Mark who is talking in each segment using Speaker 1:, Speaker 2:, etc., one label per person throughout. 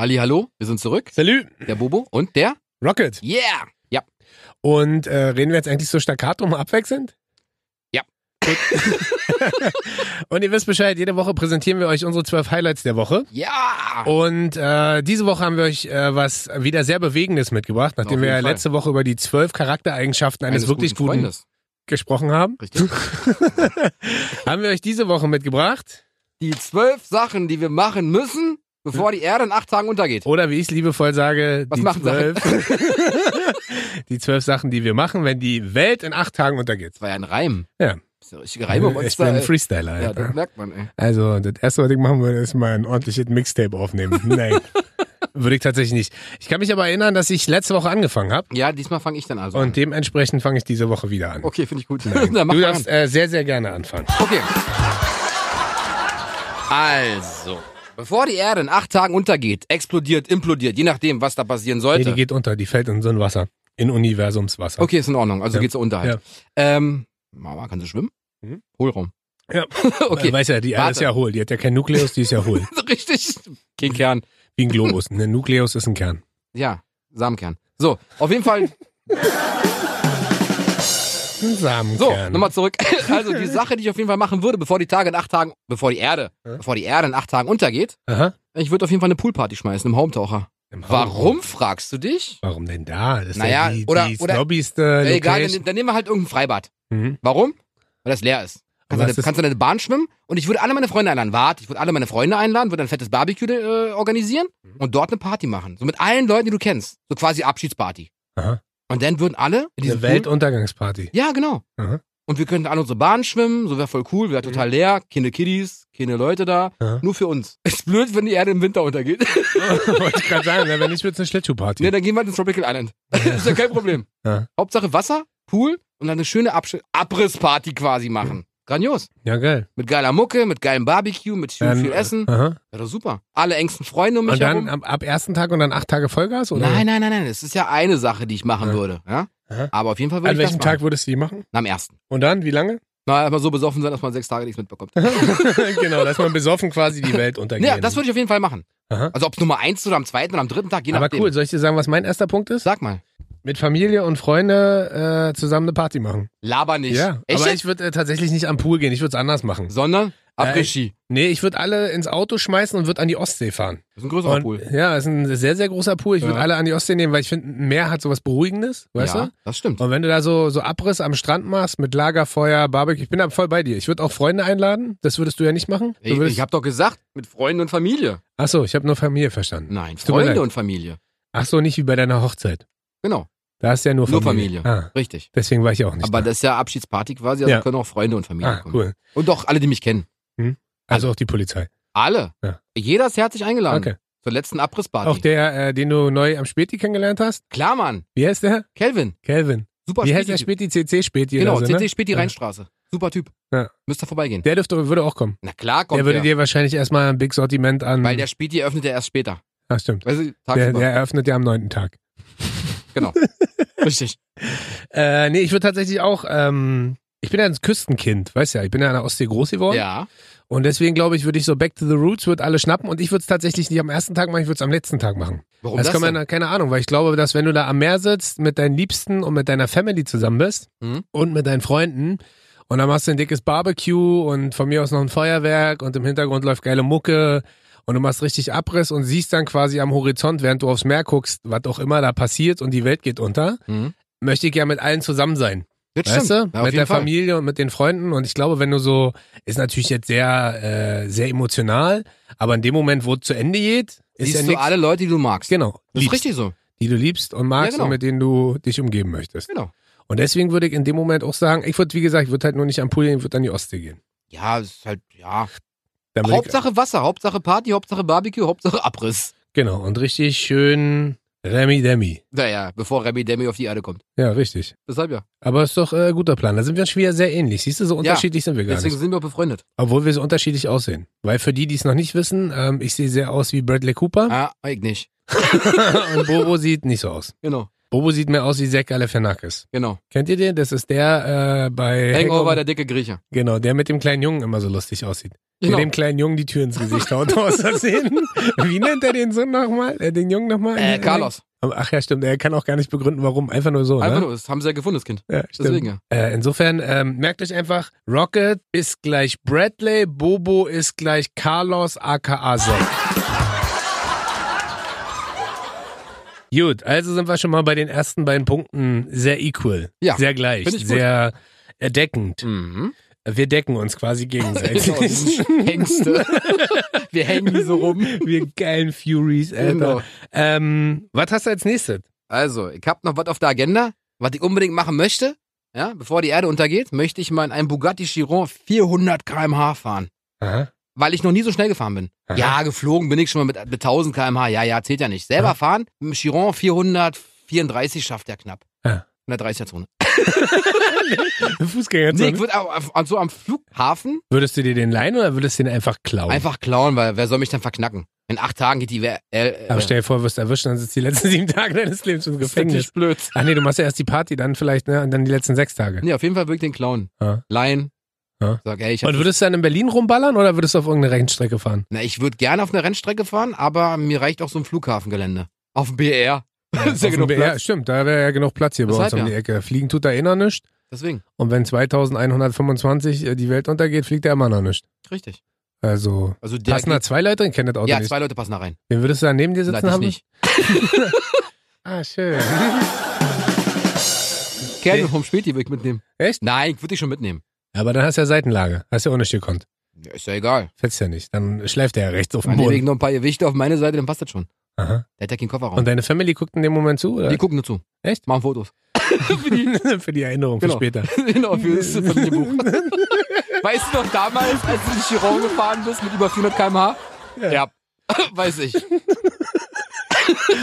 Speaker 1: Halli, hallo, wir sind zurück.
Speaker 2: Salü,
Speaker 1: Der Bobo und der?
Speaker 2: Rocket.
Speaker 1: Yeah! Ja.
Speaker 2: Und äh, reden wir jetzt eigentlich so staccato mal abwechselnd?
Speaker 1: Ja.
Speaker 2: Gut. Und ihr wisst Bescheid, jede Woche präsentieren wir euch unsere zwölf Highlights der Woche.
Speaker 1: Ja!
Speaker 2: Und äh, diese Woche haben wir euch äh, was wieder sehr Bewegendes mitgebracht, nachdem
Speaker 1: Auf
Speaker 2: wir ja
Speaker 1: jeden Fall.
Speaker 2: letzte Woche über die zwölf Charaktereigenschaften eines, wirklich guten,
Speaker 1: Freundes.
Speaker 2: gesprochen haben,
Speaker 1: Richtig.
Speaker 2: haben wir euch diese Woche mitgebracht.
Speaker 1: Die zwölf Sachen, die wir machen müssen, bevor die Erde in acht Tagen untergeht.
Speaker 2: Oder wie ich es liebevoll sage,
Speaker 1: Was
Speaker 2: die,
Speaker 1: machen Sachen?
Speaker 2: zwölf, die zwölf Sachen, die wir machen, wenn die Welt in acht Tagen untergeht.
Speaker 1: Das war ja ein Reim.
Speaker 2: Ja.
Speaker 1: Das ist eine richtige Reime
Speaker 2: ich bin ein Freestyler.
Speaker 1: äh, Ja,
Speaker 2: Alter.
Speaker 1: das merkt man, ey.
Speaker 2: Also, das erste, was ich machen würde, ist mal ein ordentliches Mixtape aufnehmen. Nein. würde ich tatsächlich nicht. Ich kann mich aber erinnern, dass ich letzte Woche angefangen habe
Speaker 1: Ja, diesmal fange ich dann also
Speaker 2: und
Speaker 1: an.
Speaker 2: dementsprechend fange ich diese Woche wieder an.
Speaker 1: Okay, finde ich gut. Dann mach
Speaker 2: Du
Speaker 1: mal
Speaker 2: darfst äh, sehr, sehr gerne anfangen.
Speaker 1: an. Okay. Also, bevor die Erde in acht Tagen untergeht, explodiert, implodiert, je nachdem, was da passieren
Speaker 2: Nee,
Speaker 1: sollte.
Speaker 2: die geht unter, die fällt in so ein Wasser. In Universumswasser.
Speaker 1: Okay, ist in Ordnung. Also
Speaker 2: Ja.
Speaker 1: geht's unter halt. Ähm, Mama, kann sie schwimmen?
Speaker 2: Mhm.
Speaker 1: Hohlraum.
Speaker 2: Ja.
Speaker 1: okay,
Speaker 2: Weiß ja, die Erde ist
Speaker 1: Warte.
Speaker 2: ja hohl. Die hat ja keinen Nukleus, die ist ja hohl.
Speaker 1: richtig. Kein Kern.
Speaker 2: Wie ein Globus. Ein Nukleus ist ein Kern.
Speaker 1: Ja, Samenkern. So, auf jeden Fall.
Speaker 2: Ein
Speaker 1: So,
Speaker 2: Samenkern.
Speaker 1: nochmal zurück. Also die Sache, die ich auf jeden Fall machen würde, bevor die Tage in acht Tagen, bevor die Erde,
Speaker 2: Ja.
Speaker 1: bevor die Erde in acht Tagen untergeht,
Speaker 2: Aha.
Speaker 1: ich würde auf jeden Fall eine Poolparty schmeißen im Haumtaucher.
Speaker 2: Im Haus.
Speaker 1: Warum fragst du dich?
Speaker 2: Warum denn da? Das ist
Speaker 1: Naja,
Speaker 2: ja die,
Speaker 1: oder-
Speaker 2: die
Speaker 1: oder-
Speaker 2: snobbigste
Speaker 1: Äh, egal,
Speaker 2: Location.
Speaker 1: dann, dann nehmen wir halt irgendein Freibad.
Speaker 2: Mhm.
Speaker 1: Warum? Weil das leer ist.
Speaker 2: Aber
Speaker 1: Kannst
Speaker 2: es
Speaker 1: du
Speaker 2: ist-
Speaker 1: kannst du in eine Bahn schwimmen und ich würde alle meine Freunde einladen. Warte, ich würde alle meine Freunde einladen, würde ein fettes Barbecue äh, organisieren
Speaker 2: Mhm.
Speaker 1: und dort eine Party machen. So mit allen Leuten, die du kennst. So quasi Abschiedsparty.
Speaker 2: Aha.
Speaker 1: Und dann würden alle in diesem
Speaker 2: Eine
Speaker 1: Pool-
Speaker 2: Weltuntergangsparty.
Speaker 1: Ja, genau.
Speaker 2: Aha. Mhm.
Speaker 1: Und wir könnten alle unsere Bahn schwimmen, so wäre voll cool, wäre total leer, keine Kiddies, keine Leute da,
Speaker 2: Aha.
Speaker 1: nur für uns. Ist blöd, wenn die Erde im Winter untergeht.
Speaker 2: Wollte ich gerade sagen, ne, wenn nicht, wird es eine Schlittschuhparty.
Speaker 1: ne, dann gehen wir halt ins Tropical Island. ist ja kein Problem.
Speaker 2: Ja.
Speaker 1: Hauptsache Wasser, Pool und dann eine schöne Absch Abrissparty quasi
Speaker 2: Mhm.
Speaker 1: machen. Grandios.
Speaker 2: ja, geil.
Speaker 1: Mit geiler Mucke, mit geilem Barbecue, mit schön
Speaker 2: Dann-
Speaker 1: viel Essen.
Speaker 2: Aha.
Speaker 1: Wäre doch super. Alle engsten Freunde um mich
Speaker 2: Und dann
Speaker 1: herum.
Speaker 2: ab, ab ersten Tag und dann acht Tage Vollgas? Oder?
Speaker 1: Nein, nein, nein, nein. Das ist ja eine Sache, die ich machen
Speaker 2: Ja.
Speaker 1: würde. Ja?
Speaker 2: Aha.
Speaker 1: Aber auf jeden Fall würde
Speaker 2: An
Speaker 1: ich das
Speaker 2: welchem
Speaker 1: machen.
Speaker 2: Tag würdest du die machen?
Speaker 1: Na, am ersten.
Speaker 2: Und dann, wie lange?
Speaker 1: Na, erstmal so besoffen sein, dass man sechs Tage nichts mitbekommt.
Speaker 2: genau, dass man besoffen quasi die Welt untergeht.
Speaker 1: Ja, das würde ich auf jeden Fall machen.
Speaker 2: Aha.
Speaker 1: Also ob es Nummer eins oder am zweiten oder am dritten Tag, je
Speaker 2: Aber
Speaker 1: nachdem.
Speaker 2: cool, soll ich dir sagen, was mein erster Punkt ist?
Speaker 1: Sag mal,
Speaker 2: Mit Familie und Freunde äh, zusammen eine Party machen.
Speaker 1: laber nicht.
Speaker 2: ja,
Speaker 1: Echt?
Speaker 2: aber
Speaker 1: jetzt?
Speaker 2: ich würde äh, tatsächlich nicht am Pool gehen, ich würde es anders machen.
Speaker 1: Sondern Abrischi.
Speaker 2: Nee, ich würde alle ins Auto schmeißen und würde an die Ostsee fahren.
Speaker 1: Das ist ein größerer
Speaker 2: und,
Speaker 1: Pool.
Speaker 2: Ja, ist ein sehr, sehr großer Pool. Ich würde
Speaker 1: Ja.
Speaker 2: alle an die Ostsee nehmen, weil ich finde, ein Meer hat sowas Beruhigendes, weißt
Speaker 1: ja,
Speaker 2: du?
Speaker 1: das stimmt.
Speaker 2: Und wenn du da so, so Abriss am Strand machst mit Lagerfeuer, Barbecue, ich bin da voll bei dir. Ich würde auch Freunde einladen, das würdest du ja nicht machen. Du
Speaker 1: Ich,
Speaker 2: würdest,
Speaker 1: ich habe doch gesagt, mit Freunden und Familie.
Speaker 2: ach so, ich habe nur Familie verstanden.
Speaker 1: Nein,
Speaker 2: tut mir leid.
Speaker 1: Freunde und Familie.
Speaker 2: Ach so, nicht wie bei deiner Hochzeit.
Speaker 1: Genau,
Speaker 2: Da ist ja nur
Speaker 1: Nur
Speaker 2: Familie.
Speaker 1: Familie.
Speaker 2: Ah,
Speaker 1: richtig.
Speaker 2: deswegen war ich ja auch nicht
Speaker 1: Aber
Speaker 2: da.
Speaker 1: das ist ja Abschiedsparty quasi, also
Speaker 2: Ja.
Speaker 1: können auch Freunde und Familie
Speaker 2: Ah,
Speaker 1: kommen.
Speaker 2: cool.
Speaker 1: Und auch alle, die mich kennen.
Speaker 2: Also auch die Polizei.
Speaker 1: Alle.
Speaker 2: Ja.
Speaker 1: Jeder ist herzlich eingeladen.
Speaker 2: Okay.
Speaker 1: Zur letzten Abrissparty.
Speaker 2: Auch der, äh, den du neu am Späti kennengelernt hast.
Speaker 1: Klar, Mann.
Speaker 2: Wie heißt der?
Speaker 1: Kelvin.
Speaker 2: Calvin.
Speaker 1: Super
Speaker 2: Wie heißt der
Speaker 1: Späti-Typ.
Speaker 2: Späti? CC-Späti
Speaker 1: Genau,
Speaker 2: oder so,
Speaker 1: CC
Speaker 2: ne?
Speaker 1: Späti
Speaker 2: Ja.
Speaker 1: Rheinstraße. Super Typ.
Speaker 2: Ja.
Speaker 1: Müsst ihr vorbeigehen.
Speaker 2: Der dürfte, würde auch kommen.
Speaker 1: Na klar kommt
Speaker 2: der würde dir wahrscheinlich erstmal ein Big Sortiment an...
Speaker 1: Weil der Späti öffnet ja erst später.
Speaker 2: ach, stimmt.
Speaker 1: Weißt du,
Speaker 2: Hm. Der,
Speaker 1: tagsüber.
Speaker 2: der eröffnet ja am neunten Tag.
Speaker 1: Genau. Richtig.
Speaker 2: Äh, nee, ich würde tatsächlich auch... Ähm, ich bin ja ein Küstenkind, weißt ja. Ich bin ja an der Ostsee groß geworden.
Speaker 1: Ja.
Speaker 2: Und deswegen glaube ich, würde ich so Back to the Roots, würde alle schnappen. Und ich würde es tatsächlich nicht am ersten Tag machen, ich würde es am letzten Tag machen.
Speaker 1: Warum
Speaker 2: das
Speaker 1: das,
Speaker 2: kann man,
Speaker 1: denn?
Speaker 2: ja- keine Ahnung, weil ich glaube, dass wenn du da am Meer sitzt, mit deinen Liebsten und mit deiner Family zusammen bist
Speaker 1: Mhm.
Speaker 2: und mit deinen Freunden und dann machst du ein dickes Barbecue und von mir aus noch ein Feuerwerk und im Hintergrund läuft geile Mucke und du machst richtig Abriss und siehst dann quasi am Horizont, während du aufs Meer guckst, was auch immer da passiert und die Welt geht unter,
Speaker 1: Mhm.
Speaker 2: möchte ich ja mit allen zusammen sein.
Speaker 1: Das
Speaker 2: Weißt
Speaker 1: stimmt.
Speaker 2: du?
Speaker 1: Ja, auf
Speaker 2: mit
Speaker 1: jeden
Speaker 2: der
Speaker 1: Fall.
Speaker 2: Familie und mit den Freunden. Und ich glaube, wenn du so, ist natürlich jetzt sehr, äh, sehr emotional, aber in dem Moment, wo es zu Ende geht, ist
Speaker 1: Siehst
Speaker 2: ja
Speaker 1: du
Speaker 2: nichts.
Speaker 1: alle Leute, die du magst.
Speaker 2: Genau.
Speaker 1: Das ist
Speaker 2: liebst,
Speaker 1: richtig so.
Speaker 2: Die du liebst und
Speaker 1: Ja,
Speaker 2: magst
Speaker 1: genau.
Speaker 2: und mit denen du dich umgeben möchtest.
Speaker 1: Genau.
Speaker 2: Und deswegen würde ich in dem Moment auch sagen, ich würde, wie gesagt, ich würde halt nur nicht am Pool gehen, ich würde an die Ostsee gehen.
Speaker 1: Ja, es ist halt, ja.
Speaker 2: Dann würde ich,
Speaker 1: Hauptsache Wasser, Hauptsache Party, Hauptsache Barbecue, Hauptsache Abriss.
Speaker 2: genau. Und richtig schön Remi Demi.
Speaker 1: Naja, bevor Remy Demi auf die Erde kommt.
Speaker 2: Ja, richtig.
Speaker 1: Deshalb ja.
Speaker 2: Aber ist doch äh, ein guter Plan. Da sind wir schon wieder sehr ähnlich. Siehst du, so unterschiedlich sind wir gar
Speaker 1: Deswegen
Speaker 2: nicht.
Speaker 1: sind wir auch befreundet.
Speaker 2: Obwohl wir so unterschiedlich aussehen. Weil für die, die es noch nicht wissen, ähm, ich sehe sehr aus wie Bradley Cooper.
Speaker 1: Ah, ich nicht.
Speaker 2: und Bobo sieht nicht so aus.
Speaker 1: Genau.
Speaker 2: Bobo sieht mehr aus wie Zack Galifianakis.
Speaker 1: Genau.
Speaker 2: Kennt ihr den? Das ist der äh, bei
Speaker 1: Hangover, der dicke Grieche.
Speaker 2: Genau, der mit dem kleinen Jungen immer so lustig aussieht.
Speaker 1: Genau.
Speaker 2: Mit dem kleinen Jungen die Tür ins Gesicht haut aus Versehen. Wie nennt er den Sohn nochmal? Äh, den Jungen nochmal?
Speaker 1: Äh, Carlos.
Speaker 2: Ach ja, stimmt. Er kann auch gar nicht begründen, warum. Einfach nur so,
Speaker 1: Einfach
Speaker 2: ne?
Speaker 1: nur, das haben sie ja gefunden, das Kind.
Speaker 2: Ja, stimmt.
Speaker 1: Deswegen ja.
Speaker 2: Äh, insofern ähm, merkt euch einfach, Rocket ist gleich Bradley, Bobo ist gleich Carlos aka Zack. Gut, also sind wir schon mal bei den ersten beiden Punkten sehr equal,
Speaker 1: Ja,
Speaker 2: sehr gleich,
Speaker 1: find ich gut.
Speaker 2: sehr erdeckend.
Speaker 1: Mhm.
Speaker 2: Wir decken uns quasi gegenseitig.
Speaker 1: Genau, Hengste. Wir hängen so rum.
Speaker 2: Wir geilen Furies, Alter.
Speaker 1: Genau.
Speaker 2: Ähm, was hast du als nächstes?
Speaker 1: Also, ich habe noch was auf der Agenda, was ich unbedingt machen möchte. Ja, bevor die Erde untergeht, möchte ich mal in einem Bugatti Chiron 400 km/h fahren,
Speaker 2: Aha.
Speaker 1: weil ich noch nie so schnell gefahren bin.
Speaker 2: Aha.
Speaker 1: Ja, geflogen bin ich schon mal mit, mit 1000 km/h. Ja, ja, zählt ja nicht. Selber
Speaker 2: Ja.
Speaker 1: fahren, im Chiron 434 schafft er knapp.
Speaker 2: Ja.
Speaker 1: In der 30er Zone. Nee,
Speaker 2: Fußgängerzone.
Speaker 1: ich würde also am Flughafen
Speaker 2: würdest du dir den leihen oder würdest du den einfach klauen?
Speaker 1: einfach klauen, weil wer soll mich dann verknacken? In acht Tagen geht die Wer- äh,
Speaker 2: Aber
Speaker 1: äh,
Speaker 2: stell dir vor, wirst erwischt, dann sitzt die letzten sieben Tage deines Lebens im Gefängnis.
Speaker 1: blöd.
Speaker 2: Ach nee, du machst ja erst die Party, dann vielleicht, ne? Und dann die letzten sechs Tage.
Speaker 1: Nee, auf jeden Fall würde ich den klauen.
Speaker 2: Ja.
Speaker 1: Laien.
Speaker 2: Ja.
Speaker 1: Sag, ey, ich hab
Speaker 2: Und würdest du dann in Berlin rumballern oder würdest du auf irgendeine Rennstrecke fahren?
Speaker 1: Na, ich würde gerne auf eine Rennstrecke fahren, aber mir reicht auch so ein Flughafengelände. Auf dem BR. Ist ja
Speaker 2: Auf
Speaker 1: genug
Speaker 2: dem- Ja,
Speaker 1: Platz. halt
Speaker 2: stimmt, da wäre ja genug Platz hier bei uns
Speaker 1: Deshalb
Speaker 2: um die Ecke. Fliegen tut da eh noch nichts.
Speaker 1: Deswegen,
Speaker 2: Und wenn 2125 die Welt untergeht, fliegt der immer noch nicht.
Speaker 1: richtig.
Speaker 2: Also,
Speaker 1: Also der
Speaker 2: passen da zwei Leute in Kennet Auto
Speaker 1: Ja,
Speaker 2: nicht.
Speaker 1: zwei Leute passen da rein.
Speaker 2: Wen würdest du da neben dir sitzen
Speaker 1: Nein, ich
Speaker 2: haben?
Speaker 1: nicht.
Speaker 2: Ah, schön.
Speaker 1: Kevin vom Späti würde ich mitnehmen.
Speaker 2: Echt?
Speaker 1: Nein, ich würde dich schon mitnehmen.
Speaker 2: Aber dann hast du ja Seitenlage. Hast ja auch nicht gekonnt.
Speaker 1: Ja, ist ja egal.
Speaker 2: Fällst ja nicht. Dann schleift er ja rechts auf
Speaker 1: Dann
Speaker 2: dem
Speaker 1: nehme ich
Speaker 2: Boden.
Speaker 1: noch ein paar Gewichte auf meine Seite, dann passt das schon.
Speaker 2: Aha.
Speaker 1: Der hat ja keinen Kofferraum.
Speaker 2: Und deine Family guckt in dem Moment zu? Oder?
Speaker 1: die gucken nur zu.
Speaker 2: Echt?
Speaker 1: Machen Fotos.
Speaker 2: für die Erinnerung, für
Speaker 1: Genau.
Speaker 2: später.
Speaker 1: genau, für das Familienbuch. weißt du noch damals, als du in Chiron gefahren bist mit über 400 km/h?
Speaker 2: Ja.
Speaker 1: Weiß ich.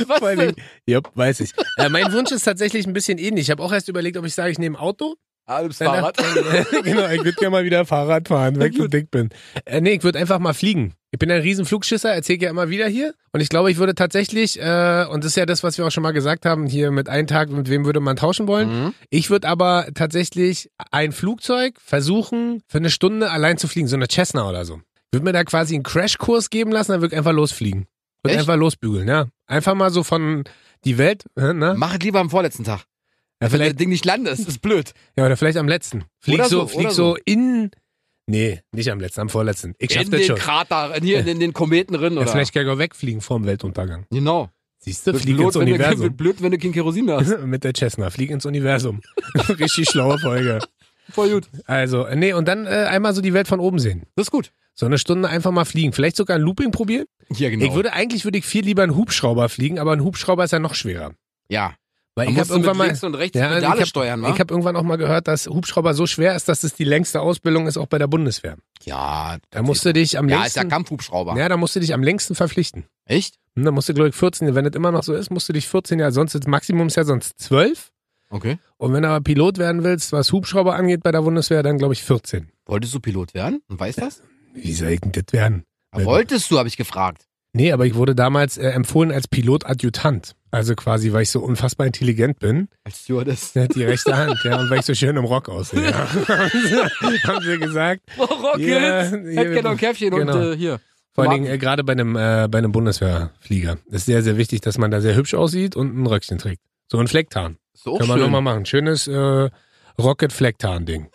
Speaker 1: Was
Speaker 2: Vor allen
Speaker 1: denn?
Speaker 2: Dingen, jupp, weiß ich. Äh, mein Wunsch ist tatsächlich ein bisschen ähnlich. Ich habe auch erst überlegt, ob ich sage, ich nehme ein Auto.
Speaker 1: Halbes
Speaker 2: Dann-
Speaker 1: Fahrrad.
Speaker 2: genau, ich würde gerne mal wieder Fahrrad fahren, wenn ich so dick bin. Äh, nee, ich würde einfach mal fliegen. Ich bin ein riesen Flugschisser, erzähle ja immer wieder hier. Und ich glaube, ich würde tatsächlich, äh, und das ist ja das, was wir auch schon mal gesagt haben, hier mit einem Tag, mit wem würde man tauschen wollen.
Speaker 1: Mhm.
Speaker 2: Ich würde aber tatsächlich ein Flugzeug versuchen, für eine Stunde allein zu fliegen, so eine Cessna oder so. Ich würde mir da quasi einen Crashkurs geben lassen, dann würde ich einfach losfliegen. Würde
Speaker 1: Echt?
Speaker 2: einfach losbügeln, ja. Einfach mal so von die Welt, äh, ne?
Speaker 1: Mach es lieber am vorletzten Tag.
Speaker 2: Ja,
Speaker 1: Wenn das
Speaker 2: vielleicht,
Speaker 1: Ding nicht landet, ist es blöd.
Speaker 2: ja, oder vielleicht am letzten. Flieg
Speaker 1: Oder so,
Speaker 2: so, flieg
Speaker 1: oder
Speaker 2: so,
Speaker 1: so.
Speaker 2: in. Nee, nicht am letzten, am vorletzten. Ich schaff
Speaker 1: in
Speaker 2: das
Speaker 1: den
Speaker 2: schon.
Speaker 1: Krater, in hier in den Kometen drin,
Speaker 2: Ja,
Speaker 1: oder?
Speaker 2: vielleicht kann ich auch wegfliegen vorm Weltuntergang.
Speaker 1: genau.
Speaker 2: Siehst du,
Speaker 1: Wird
Speaker 2: flieg ins
Speaker 1: blöd, wenn du,
Speaker 2: Universum.
Speaker 1: wird blöd, wenn du kein Kerosin mehr hast.
Speaker 2: Mit der Cessna, flieg ins Universum. Richtig schlaue Folge.
Speaker 1: Voll gut.
Speaker 2: Also, äh, nee, und dann äh, einmal so die Welt von oben sehen.
Speaker 1: Das ist gut.
Speaker 2: So eine Stunde einfach mal fliegen. Vielleicht sogar ein Looping probieren.
Speaker 1: Ja, genau.
Speaker 2: Ich würde, eigentlich würde ich viel lieber einen Hubschrauber fliegen, aber ein Hubschrauber ist ja noch schwerer.
Speaker 1: ja.
Speaker 2: Weil
Speaker 1: Dann
Speaker 2: ich habe
Speaker 1: musst du mit
Speaker 2: irgendwann mal,
Speaker 1: links und rechts
Speaker 2: Ja, also
Speaker 1: Pedale
Speaker 2: ich hab-
Speaker 1: steuern, wa?
Speaker 2: ich habe irgendwann auch mal gehört, dass Hubschrauber so schwer ist, dass es die längste Ausbildung ist, auch bei der Bundeswehr.
Speaker 1: ja,
Speaker 2: Da musst du dich am
Speaker 1: ja, ist
Speaker 2: längsten,
Speaker 1: ja Kampfhubschrauber.
Speaker 2: ja, da musst du dich am längsten verpflichten.
Speaker 1: Echt?
Speaker 2: Und dann musst du, glaube ich, 14, wenn das immer noch so ist, musst du dich 14 Jahre, sonst das Maximum ist ja sonst 12.
Speaker 1: Okay.
Speaker 2: Und wenn du aber Pilot werden willst, was Hubschrauber angeht bei der Bundeswehr, dann glaube ich 14.
Speaker 1: Wolltest du Pilot werden? Und weißt das?
Speaker 2: Wie soll ich denn das werden?
Speaker 1: Ja, wolltest du, habe ich gefragt.
Speaker 2: Nee, aber ich wurde damals äh, empfohlen als Pilotadjutant. Also quasi, weil ich so unfassbar intelligent bin.
Speaker 1: Als Stewardess.
Speaker 2: Ja, die rechte Hand, ja, und weil ich so schön im Rock aussehe. Ja. Haben sie gesagt.
Speaker 1: Oh, Rocket!
Speaker 2: Ja,
Speaker 1: Yeah,
Speaker 2: ja,
Speaker 1: Hätte gerne ein Käffchen und
Speaker 2: genau.
Speaker 1: äh, hier.
Speaker 2: Vor allen Dingen äh, gerade bei einem, äh, bei einem Bundeswehrflieger. Ist sehr, sehr wichtig, dass man da sehr hübsch aussieht und ein Röckchen trägt. So ein Flecktarn.
Speaker 1: So
Speaker 2: Können wir
Speaker 1: schön.
Speaker 2: nochmal machen. Schönes äh, Rocket-Flecktarn-Ding.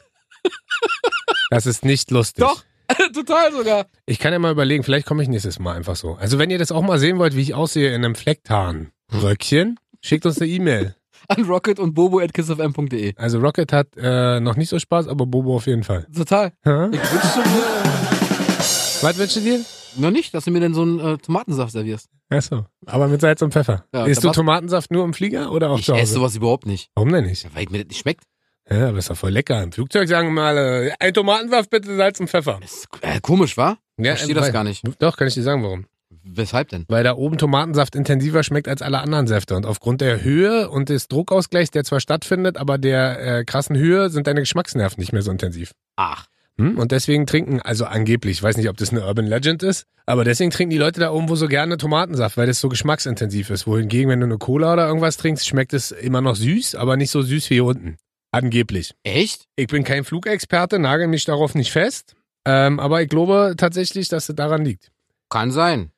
Speaker 2: Das ist nicht lustig.
Speaker 1: Doch. Total sogar.
Speaker 2: Ich kann ja mal überlegen, vielleicht komme ich nächstes Mal einfach so. Also wenn ihr das auch mal sehen wollt, wie ich aussehe in einem Flecktarn-Röckchen, schickt uns eine E-Mail.
Speaker 1: An Rocket und Bobo at kissfm.de.
Speaker 2: Also Rocket hat äh, noch nicht so Spaß, aber Bobo auf jeden Fall.
Speaker 1: Total.
Speaker 2: Hä?
Speaker 1: Ich wünschte mir
Speaker 2: Was wünschst du dir?
Speaker 1: noch nicht, dass du mir denn so einen äh, Tomatensaft servierst.
Speaker 2: Achso, aber mit Salz und Pfeffer.
Speaker 1: Ja,
Speaker 2: Isst
Speaker 1: da
Speaker 2: du
Speaker 1: war's-
Speaker 2: Tomatensaft nur im Flieger oder auch
Speaker 1: ich
Speaker 2: zu Hause?
Speaker 1: esse sowas überhaupt nicht.
Speaker 2: Warum denn nicht?
Speaker 1: Ja, Weil mir das nicht schmeckt.
Speaker 2: Ja, aber ist doch voll lecker. Im Flugzeug sagen wir mal, äh, ein Tomatensaft bitte, Salz und Pfeffer.
Speaker 1: Das ist äh, komisch, wa?
Speaker 2: Ja,
Speaker 1: Ich verstehe
Speaker 2: äh,
Speaker 1: das
Speaker 2: weil-
Speaker 1: gar nicht.
Speaker 2: Doch, kann ich dir sagen, warum.
Speaker 1: Weshalb denn?
Speaker 2: Weil da oben Tomatensaft intensiver schmeckt als alle anderen Säfte. Und aufgrund der Höhe und des Druckausgleichs, der zwar stattfindet, aber der äh, krassen Höhe, sind deine Geschmacksnerven nicht mehr so intensiv.
Speaker 1: Ach,
Speaker 2: Hm? Und deswegen trinken, also angeblich, ich weiß nicht, ob das eine Urban Legend ist, aber deswegen trinken die Leute da irgendwo so gerne Tomatensaft, weil das so geschmacksintensiv ist. Wohingegen, wenn du eine Cola oder irgendwas trinkst, schmeckt es immer noch süß, aber nicht so süß wie hier unten. Angeblich.
Speaker 1: Echt?
Speaker 2: Ich bin kein Flugexperte, nagel mich darauf nicht fest, ähm, aber ich glaube tatsächlich, dass es daran liegt.
Speaker 1: Kann sein.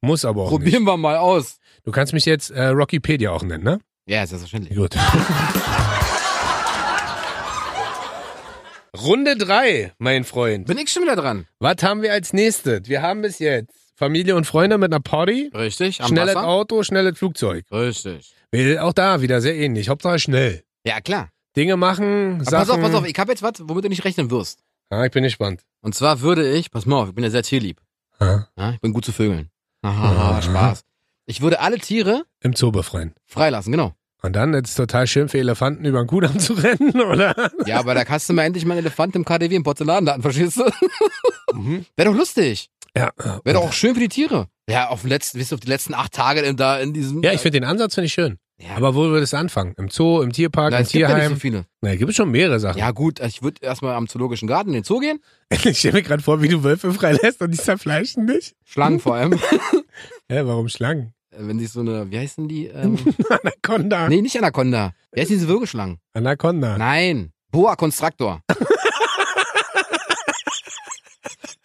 Speaker 2: Muss aber auch nicht.
Speaker 1: Probieren wir mal aus.
Speaker 2: Du kannst mich jetzt äh, Rockypedia auch nennen, ne?
Speaker 1: Ja, ist selbstverständlich.
Speaker 2: Gut. Runde 3, mein Freund.
Speaker 1: Bin ich schon wieder dran.
Speaker 2: Was haben wir als nächstes? Wir haben bis jetzt Familie und Freunde mit einer Party,
Speaker 1: Richtig, am
Speaker 2: schnelles
Speaker 1: Wasser.
Speaker 2: Auto, schnelles Flugzeug.
Speaker 1: Richtig.
Speaker 2: Will Auch da wieder sehr ähnlich. Hauptsache schnell.
Speaker 1: Ja, klar.
Speaker 2: Dinge machen,
Speaker 1: Aber
Speaker 2: Sachen.
Speaker 1: pass auf, pass auf, ich habe jetzt was, womit du nicht rechnen wirst.
Speaker 2: Ah, ich bin gespannt.
Speaker 1: Und zwar würde ich, pass mal auf, ich bin ja sehr tierlieb.
Speaker 2: Ah,
Speaker 1: Ja, ich bin gut zu Vögeln. Aha,
Speaker 2: Mhm.
Speaker 1: Spaß. Ich würde alle Tiere
Speaker 2: Im Zoo befreien.
Speaker 1: freilassen, genau.
Speaker 2: Und dann ist es total schön für Elefanten über den Kudamm zu rennen, oder?
Speaker 1: Ja, aber da kannst du mal endlich mal einen Elefant im KDW im Porzellanladen, verstehst du?
Speaker 2: Mhm.
Speaker 1: Wäre doch lustig.
Speaker 2: Ja.
Speaker 1: Wäre doch auch schön für die Tiere. Ja, auf den letzten, wisst ihr, auf die letzten acht Tage in, da in diesem.
Speaker 2: ja, ich finde den Ansatz finde ich schön.
Speaker 1: Ja.
Speaker 2: Aber wo würdest du anfangen? Im Zoo, im Tierpark,
Speaker 1: Na,
Speaker 2: im
Speaker 1: es gibt ja nicht
Speaker 2: Tierheim?
Speaker 1: so viele.
Speaker 2: Na, gibt es schon mehrere Sachen.
Speaker 1: Ja, gut, ich würde erstmal am Zoologischen Garten in den Zoo gehen.
Speaker 2: Ich stelle mir gerade vor, wie du Wölfe freilässt und die zerfleischen dich.
Speaker 1: Schlangen vor allem.
Speaker 2: Hä, warum Schlangen?
Speaker 1: Äh, Wenn sich so eine, wie heißen die? Ähm,
Speaker 2: Anaconda.
Speaker 1: nee, nicht Anaconda. Wie heißen diese Wirbelschlangen?
Speaker 2: Anaconda.
Speaker 1: Nein. Boa Constrictor.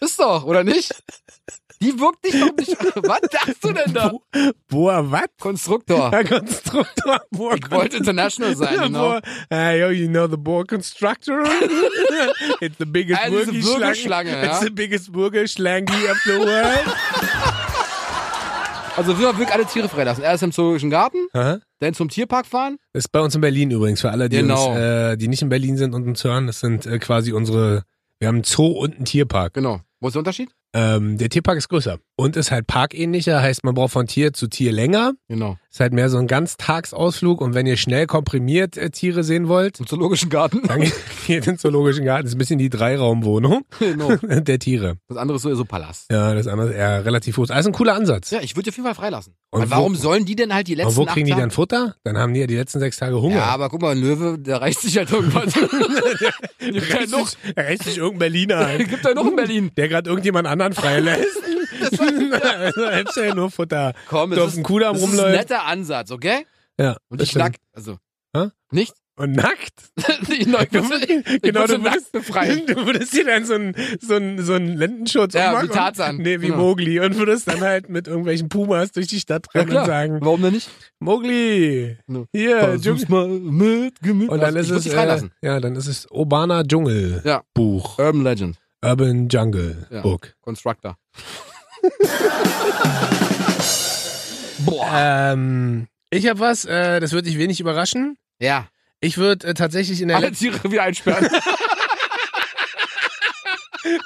Speaker 1: Ist doch, oder nicht? Die wirkt dich doch nicht. Was dachtest du denn da?
Speaker 2: Bo Boa, was?
Speaker 1: Konstruktor.
Speaker 2: Ja, Konstruktor. Boa
Speaker 1: Ah. Ich wollte international sein,
Speaker 2: Ja,
Speaker 1: genau.
Speaker 2: Boa. Ah, yo, you know the Boa Constructor? It's the biggest
Speaker 1: Also diese Würgeschlange,
Speaker 2: Burgerschlange.
Speaker 1: ja.
Speaker 2: It's the biggest Burgerschlange of the world.
Speaker 1: Also wir wirklich alle Tiere freilassen. Erst im Zoologischen Garten,
Speaker 2: Aha.
Speaker 1: dann zum Tierpark fahren.
Speaker 2: Das ist bei uns in Berlin übrigens, für alle, die,
Speaker 1: Genau.
Speaker 2: uns, äh, die nicht in Berlin sind und uns hören. Das sind äh, quasi unsere, wir haben einen Zoo und einen Tierpark.
Speaker 1: Genau. Wo ist der Unterschied?
Speaker 2: Ähm, der Tierpark ist größer und ist halt parkähnlicher, heißt man braucht von Tier zu Tier länger.
Speaker 1: Genau.
Speaker 2: Ist halt mehr so ein Ganztagsausflug und wenn ihr schnell komprimiert äh, Tiere sehen wollt,
Speaker 1: Zum Zoologischen Garten.
Speaker 2: dann geht in den Zoologischen Garten. Das ist ein bisschen die Dreiraumwohnung
Speaker 1: genau.
Speaker 2: der Tiere.
Speaker 1: Das andere ist so, so Palast.
Speaker 2: Ja, das andere ist eher relativ groß. Also ein cooler Ansatz.
Speaker 1: Ja, ich würde die auf jeden Fall freilassen.
Speaker 2: Und
Speaker 1: Weil
Speaker 2: wo-
Speaker 1: warum sollen die denn halt die
Speaker 2: und
Speaker 1: letzten
Speaker 2: wo kriegen die
Speaker 1: acht
Speaker 2: dann
Speaker 1: Tage-
Speaker 2: Futter? Dann haben die ja die letzten sechs Tage Hunger.
Speaker 1: Ja, aber guck mal, ein Löwe, der reißt sich halt irgendwann. gibt ja
Speaker 2: reißt,
Speaker 1: noch,
Speaker 2: sich, reißt sich irgendein Berliner ein,
Speaker 1: gibt ja noch in Berlin.
Speaker 2: der gerade irgendjemand anderen freilässt.
Speaker 1: Das war,
Speaker 2: also, hättest du ja nur Futter.
Speaker 1: komm,
Speaker 2: Du auf
Speaker 1: es
Speaker 2: dem
Speaker 1: ist,
Speaker 2: Kudamm
Speaker 1: das ist ein
Speaker 2: rumläuft.
Speaker 1: netter Ansatz, okay?
Speaker 2: Ja,
Speaker 1: Und
Speaker 2: das
Speaker 1: ich schlag,
Speaker 2: stimmt.
Speaker 1: also,
Speaker 2: Hä?
Speaker 1: nicht?
Speaker 2: Und nackt?
Speaker 1: ich neug-
Speaker 2: Du- genau,
Speaker 1: würde
Speaker 2: du
Speaker 1: nackt
Speaker 2: würdest,
Speaker 1: befreien.
Speaker 2: du würdest dir dann so einen so einen, so einen Lendenschutz
Speaker 1: Ja,
Speaker 2: ummachen
Speaker 1: wie Tarzan.
Speaker 2: Und, nee, wie
Speaker 1: Genau.
Speaker 2: Mowgli. Und würdest dann halt mit irgendwelchen Pumas durch die Stadt rennen und sagen,
Speaker 1: Warum denn nicht?
Speaker 2: Mowgli,
Speaker 1: Genau.
Speaker 2: hier, Dschungel.
Speaker 1: mal mit Gemüt. Also,
Speaker 2: Und dann ist
Speaker 1: ich würd
Speaker 2: es,
Speaker 1: dich
Speaker 2: äh,
Speaker 1: freilassen.
Speaker 2: ja, dann ist es Urbana Dschungel
Speaker 1: Ja.
Speaker 2: Buch.
Speaker 1: Urban Legend.
Speaker 2: Urban Jungle
Speaker 1: Ja.
Speaker 2: Book.
Speaker 1: Constructor. Boah.
Speaker 2: Ähm, ich habe was, äh, das wird dich wenig überraschen.
Speaker 1: Ja.
Speaker 2: Ich würde äh, tatsächlich in der
Speaker 1: Alle Tiere wieder einsperren.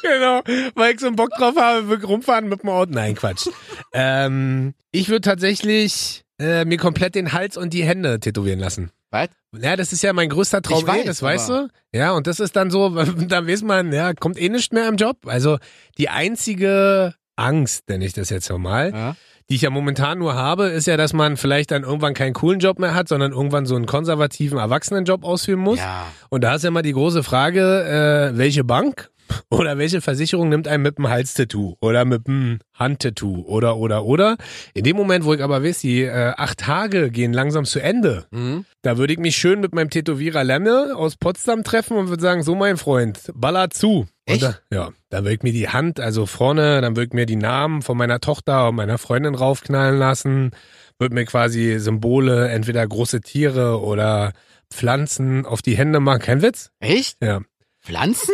Speaker 2: Genau, weil ich so einen Bock drauf habe, wir rumfahren mit dem Auto. Nein, Quatsch. ähm, ich würde tatsächlich äh, mir komplett den Hals und die Hände tätowieren lassen.
Speaker 1: Was?
Speaker 2: Ja, das ist ja mein größter Traum,
Speaker 1: Ich weiß,
Speaker 2: eh, das
Speaker 1: aber-
Speaker 2: weißt du. Ja, und das ist dann so, dann weiß man, ja, kommt eh nicht mehr am Job. Also die einzige Angst, nenne ich das jetzt so mal,
Speaker 1: Ja.
Speaker 2: die ich ja momentan nur habe, ist ja, dass man vielleicht dann irgendwann keinen coolen Job mehr hat, sondern irgendwann so einen konservativen Erwachsenenjob ausführen muss.
Speaker 1: ja.
Speaker 2: Und da ist ja mal die große Frage, äh, welche Bank oder welche Versicherung nimmt einen mit dem Hals-Tattoo oder mit dem Hand-Tattoo oder, oder, oder. In dem Moment, wo ich aber weiß, die äh, acht Tage gehen langsam zu Ende,
Speaker 1: Mhm.
Speaker 2: da würde ich mich schön mit meinem Tätowierer Lemme aus Potsdam treffen und würde sagen, so mein Freund, baller zu.
Speaker 1: Echt?
Speaker 2: Und da, ja, dann würde ich mir die Hand, also vorne, dann würde ich mir die Namen von meiner Tochter und meiner Freundin raufknallen lassen, würde mir quasi Symbole, entweder große Tiere oder Pflanzen auf die Hände machen. Kein Witz?
Speaker 1: Echt?
Speaker 2: Ja.
Speaker 1: Pflanzen?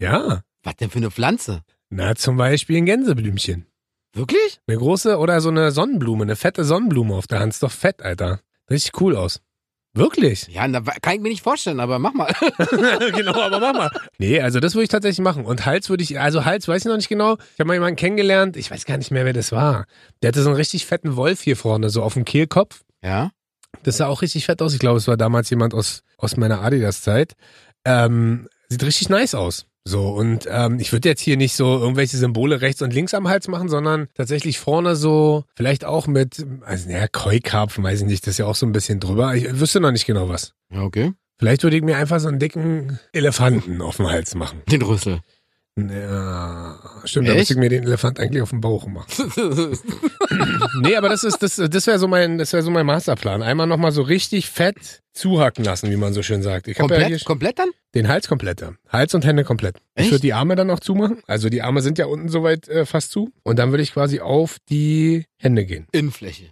Speaker 2: Ja.
Speaker 1: Was denn für eine Pflanze?
Speaker 2: Na, zum Beispiel ein Gänseblümchen.
Speaker 1: Wirklich?
Speaker 2: Eine große oder so eine Sonnenblume, eine fette Sonnenblume auf der Hand. Ist doch fett, Alter. Richtig cool aus. Wirklich?
Speaker 1: Ja, na, kann ich mir nicht vorstellen, aber mach mal.
Speaker 2: genau, aber mach mal. Nee, also das würde ich tatsächlich machen. Und Hals würde ich, also Hals weiß ich noch nicht genau. Ich habe mal jemanden kennengelernt, ich weiß gar nicht mehr, wer das war. Der hatte so einen richtig fetten Wolf hier vorne, so auf dem Kehlkopf.
Speaker 1: Ja.
Speaker 2: Das sah auch richtig fett aus. Ich glaube, es war damals jemand aus, aus meiner Adidas-Zeit. Ähm, sieht richtig nice aus. So, und ähm, ich würde jetzt hier nicht so irgendwelche Symbole rechts und links am Hals machen, sondern tatsächlich vorne so, vielleicht auch mit, also naja, Keukarpfen, weiß ich nicht, das ist ja auch so ein bisschen drüber. Ich wüsste noch nicht genau was.
Speaker 1: Ja, okay.
Speaker 2: Vielleicht würde ich mir einfach so einen dicken Elefanten auf den Hals machen.
Speaker 1: Den Rüssel.
Speaker 2: Ja, stimmt, da müsste ich
Speaker 1: Echt?
Speaker 2: mir den Elefant eigentlich auf den Bauch machen. nee, aber das ist, das, das wäre so mein, das wäre so mein Masterplan. Einmal nochmal so richtig fett zuhacken lassen, wie man so schön sagt. Ich habe ja hier
Speaker 1: komplett, komplett dann?
Speaker 2: den Hals komplett. ja. Hals und Hände komplett. Ich
Speaker 1: Echt?
Speaker 2: würde die Arme dann auch zumachen. Also die Arme sind ja unten soweit äh, fast zu. Und dann würde ich quasi auf die Hände gehen.
Speaker 1: Innenfläche.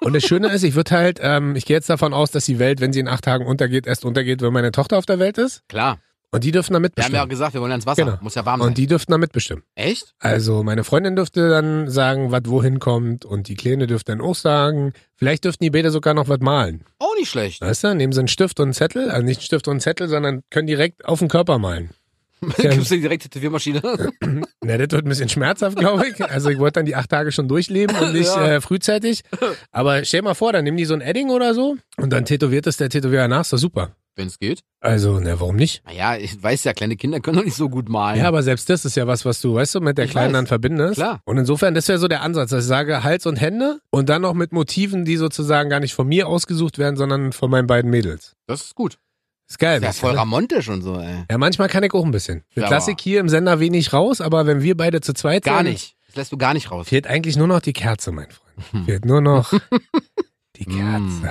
Speaker 2: Und das Schöne ist, ich würde halt, ähm, ich gehe jetzt davon aus, dass die Welt, wenn sie in acht Tagen untergeht, erst untergeht, wenn meine Tochter auf der Welt ist.
Speaker 1: Klar.
Speaker 2: Und die dürfen dann
Speaker 1: Wir haben ja auch
Speaker 2: mitbestimmen.
Speaker 1: gesagt, wir wollen ans Wasser.
Speaker 2: Genau.
Speaker 1: Muss ja warm sein.
Speaker 2: Und die dürften dann mitbestimmen.
Speaker 1: Echt?
Speaker 2: Also meine Freundin dürfte dann sagen, was wohin kommt und die Kleine dürfte dann auch sagen. Vielleicht dürften die beide sogar noch was malen.
Speaker 1: Auch nicht schlecht.
Speaker 2: Weißt du, nehmen sie einen Stift und einen Zettel, also nicht einen Stift und einen Zettel, sondern können direkt auf den Körper malen.
Speaker 1: Gibst du die direkte Tätowiermaschine?
Speaker 2: Na, das wird ein bisschen schmerzhaft, glaube ich. Also ich wollte dann die acht Tage schon durchleben und nicht
Speaker 1: Ja.
Speaker 2: äh, frühzeitig. Aber stell mal vor, dann nehmen die so ein Edding oder so und dann tätowiert es der Tätowierer nach, ist doch super.
Speaker 1: Wenn es geht.
Speaker 2: Also, na, warum nicht?
Speaker 1: Naja, ich weiß ja, kleine Kinder können doch nicht so gut malen.
Speaker 2: Ja, aber selbst das ist ja was, was du, weißt du, mit der
Speaker 1: Ich
Speaker 2: Kleinen
Speaker 1: weiß.
Speaker 2: dann verbindest.
Speaker 1: Klar.
Speaker 2: Und insofern, das wäre so der Ansatz, dass ich sage Hals und Hände und dann noch mit Motiven, die sozusagen gar nicht von mir ausgesucht werden, sondern von meinen beiden Mädels.
Speaker 1: Das ist gut.
Speaker 2: Ist
Speaker 1: Das
Speaker 2: geil.
Speaker 1: ist ja
Speaker 2: weißt du,
Speaker 1: voll
Speaker 2: ne?
Speaker 1: ramontisch und so, ey.
Speaker 2: ja, manchmal kann ich auch ein bisschen. Für
Speaker 1: Ja,
Speaker 2: Klassik
Speaker 1: aber-
Speaker 2: hier im Sender wenig raus, aber wenn wir beide zu zweit
Speaker 1: Gar
Speaker 2: sind,
Speaker 1: nicht. Mhm. Das lässt du gar nicht raus.
Speaker 2: fehlt eigentlich nur noch die Kerze, mein Freund. Fehlt nur noch die
Speaker 1: Mm.
Speaker 2: Kerze.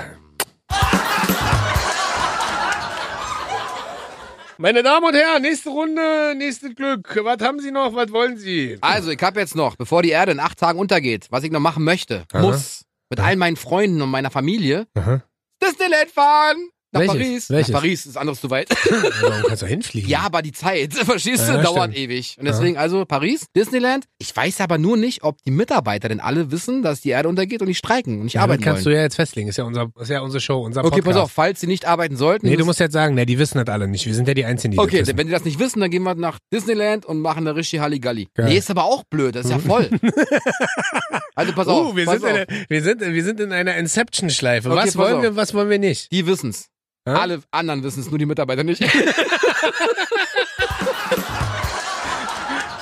Speaker 2: Meine Damen und Herren, nächste Runde, nächstes Glück. Was haben Sie noch? Was wollen Sie?
Speaker 1: Also, ich habe jetzt noch, bevor die Erde in acht Tagen untergeht, was ich noch machen möchte,
Speaker 2: Aha.
Speaker 1: muss, mit all meinen Freunden und meiner Familie,
Speaker 2: Aha.
Speaker 1: Disneyland fahren! Nach
Speaker 2: Welches?
Speaker 1: Paris.
Speaker 2: Welches?
Speaker 1: Nach Paris ist anderes zu weit.
Speaker 2: Warum kannst du hinfliegen?
Speaker 1: Ja, aber die Zeit, verstehst du,
Speaker 2: Ja,
Speaker 1: dauert
Speaker 2: stimmt.
Speaker 1: ewig. Und deswegen also Paris, Disneyland. Ich weiß aber nur nicht, ob die Mitarbeiter denn alle wissen, dass die Erde untergeht und nicht streiken und nicht
Speaker 2: Ja,
Speaker 1: arbeiten
Speaker 2: das kannst
Speaker 1: wollen.
Speaker 2: du ja jetzt festlegen. Ist ja, unser, ist ja unsere Show, unser
Speaker 1: okay,
Speaker 2: Podcast.
Speaker 1: pass auf, falls sie nicht arbeiten sollten.
Speaker 2: Nee, du
Speaker 1: das-
Speaker 2: musst jetzt sagen, ne, die wissen das alle nicht. Wir sind ja die Einzigen, die
Speaker 1: Okay,
Speaker 2: das wissen.
Speaker 1: wenn die das nicht wissen, dann gehen wir nach Disneyland und machen eine richtige Halligalli.
Speaker 2: Geil.
Speaker 1: Nee, ist aber auch blöd, das ist ja voll. also pass auf,
Speaker 2: Uh, wir
Speaker 1: pass
Speaker 2: sind,
Speaker 1: auf.
Speaker 2: in einer, wir, sind, wir sind in einer Inception-Schleife.
Speaker 1: Okay,
Speaker 2: was
Speaker 1: pass
Speaker 2: wollen
Speaker 1: auf.
Speaker 2: wir, was wollen wir nicht?
Speaker 1: die wissen's.
Speaker 2: Hä?
Speaker 1: Alle anderen wissen's, nur die Mitarbeiter nicht.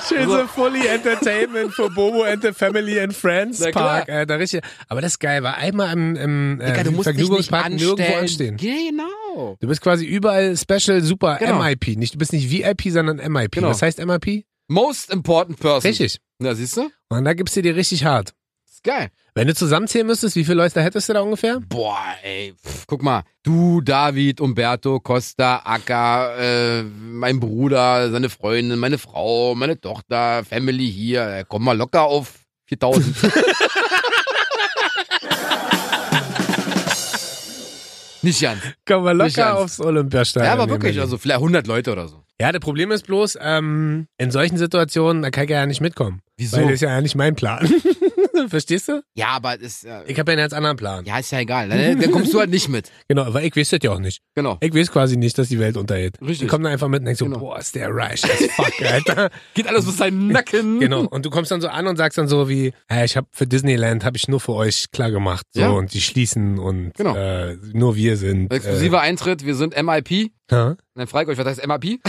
Speaker 2: Schön so Fully Entertainment für Bobo and the Family and Friends
Speaker 1: Na klar.
Speaker 2: Park. Alter, richtig. Aber das ist geil, war einmal im, im äh,
Speaker 1: Digga, du musst dich nicht
Speaker 2: Vergnügungspark nirgendwo
Speaker 1: anstellen.
Speaker 2: anstehen.
Speaker 1: Genau.
Speaker 2: Du bist quasi überall Special, super
Speaker 1: Genau.
Speaker 2: MIP. Nicht, du bist nicht VIP, sondern MIP.
Speaker 1: Genau.
Speaker 2: Was heißt MIP?
Speaker 1: Most important person.
Speaker 2: Richtig.
Speaker 1: Na, siehst du?
Speaker 2: Und da gibst du dir richtig hart.
Speaker 1: Ist geil.
Speaker 2: Wenn du zusammenzählen müsstest, wie viele Leute da hättest du da ungefähr?
Speaker 1: Boah, ey, pff, guck mal. Du, David, Umberto, Costa, Akka, äh, mein Bruder, seine Freundin, meine Frau, meine Tochter, Family hier. Äh, Komm mal locker auf 4000. Nicht ganz.
Speaker 2: Kommen wir
Speaker 1: Nicht
Speaker 2: locker
Speaker 1: ganz.
Speaker 2: aufs Olympiastadion.
Speaker 1: Ja, aber
Speaker 2: nehmen
Speaker 1: wirklich,
Speaker 2: wir die.
Speaker 1: also vielleicht 100 Leute oder so.
Speaker 2: Ja, das Problem ist bloß, ähm, in solchen Situationen, da kann ich ja nicht mitkommen.
Speaker 1: Wieso?
Speaker 2: Weil das ist ja nicht mein Plan. Verstehst du?
Speaker 1: Ja, aber ist, äh,
Speaker 2: Ich habe ja einen ganz anderen Plan.
Speaker 1: ja, ist ja egal. Dann, dann kommst du halt nicht mit.
Speaker 2: Genau, aber ich weiß das ja auch nicht.
Speaker 1: Genau.
Speaker 2: Ich weiß quasi nicht, dass die Welt untergeht.
Speaker 1: Richtig.
Speaker 2: Ich komme da einfach mit und denk so,
Speaker 1: Genau.
Speaker 2: boah, ist der reich as fuck, Alter.
Speaker 1: Geht alles auf seinen Nacken.
Speaker 2: genau. Und du kommst dann so an und sagst dann so wie, hey, ich habe für Disneyland habe ich nur für euch klar gemacht. So,
Speaker 1: Ja.
Speaker 2: und die schließen und
Speaker 1: Genau.
Speaker 2: äh, nur wir sind.
Speaker 1: Exklusiver Eintritt, wir sind MIP.
Speaker 2: Äh, ja.
Speaker 1: Und dann frage ich euch, was heißt MIP?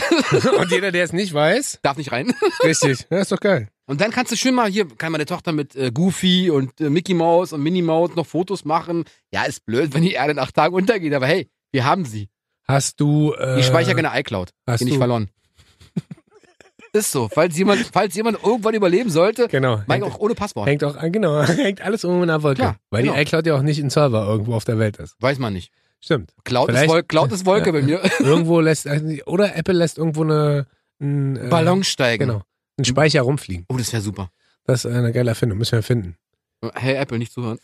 Speaker 2: und jeder, der es nicht weiß,
Speaker 1: Darf nicht rein.
Speaker 2: richtig, ja, ist doch geil.
Speaker 1: Und dann kannst du schön mal hier, kann meine Tochter mit äh, Goofy und äh, Mickey Mouse und Minnie Mouse noch Fotos machen. Ja, ist blöd, wenn die Erde in acht Tagen untergeht, aber hey, wir haben sie.
Speaker 2: Hast du
Speaker 1: Die
Speaker 2: äh,
Speaker 1: speichern in der iCloud.
Speaker 2: hast
Speaker 1: Bin ich
Speaker 2: du-
Speaker 1: verloren. ist so. Falls jemand, falls jemand irgendwann überleben sollte,
Speaker 2: Genau.
Speaker 1: mein
Speaker 2: Hängt-
Speaker 1: auch ohne Passwort.
Speaker 2: Hängt auch an, genau, hängt alles um in der Wolke.
Speaker 1: Klar,
Speaker 2: weil
Speaker 1: genau.
Speaker 2: die iCloud ja auch nicht in Server irgendwo auf der Welt ist.
Speaker 1: Weiß man nicht.
Speaker 2: Stimmt.
Speaker 1: Cloud ist,
Speaker 2: Vielleicht-
Speaker 1: Wol Cloud ist Wolke bei mir.
Speaker 2: Irgendwo lässt, also, oder Apple lässt irgendwo eine, einen, äh,
Speaker 1: Ballon steigen.
Speaker 2: Genau. Einen Speicher rumfliegen.
Speaker 1: Oh, das wäre super.
Speaker 2: Das ist eine geile Erfindung, müssen wir finden.
Speaker 1: Hey, Apple, nicht zuhören.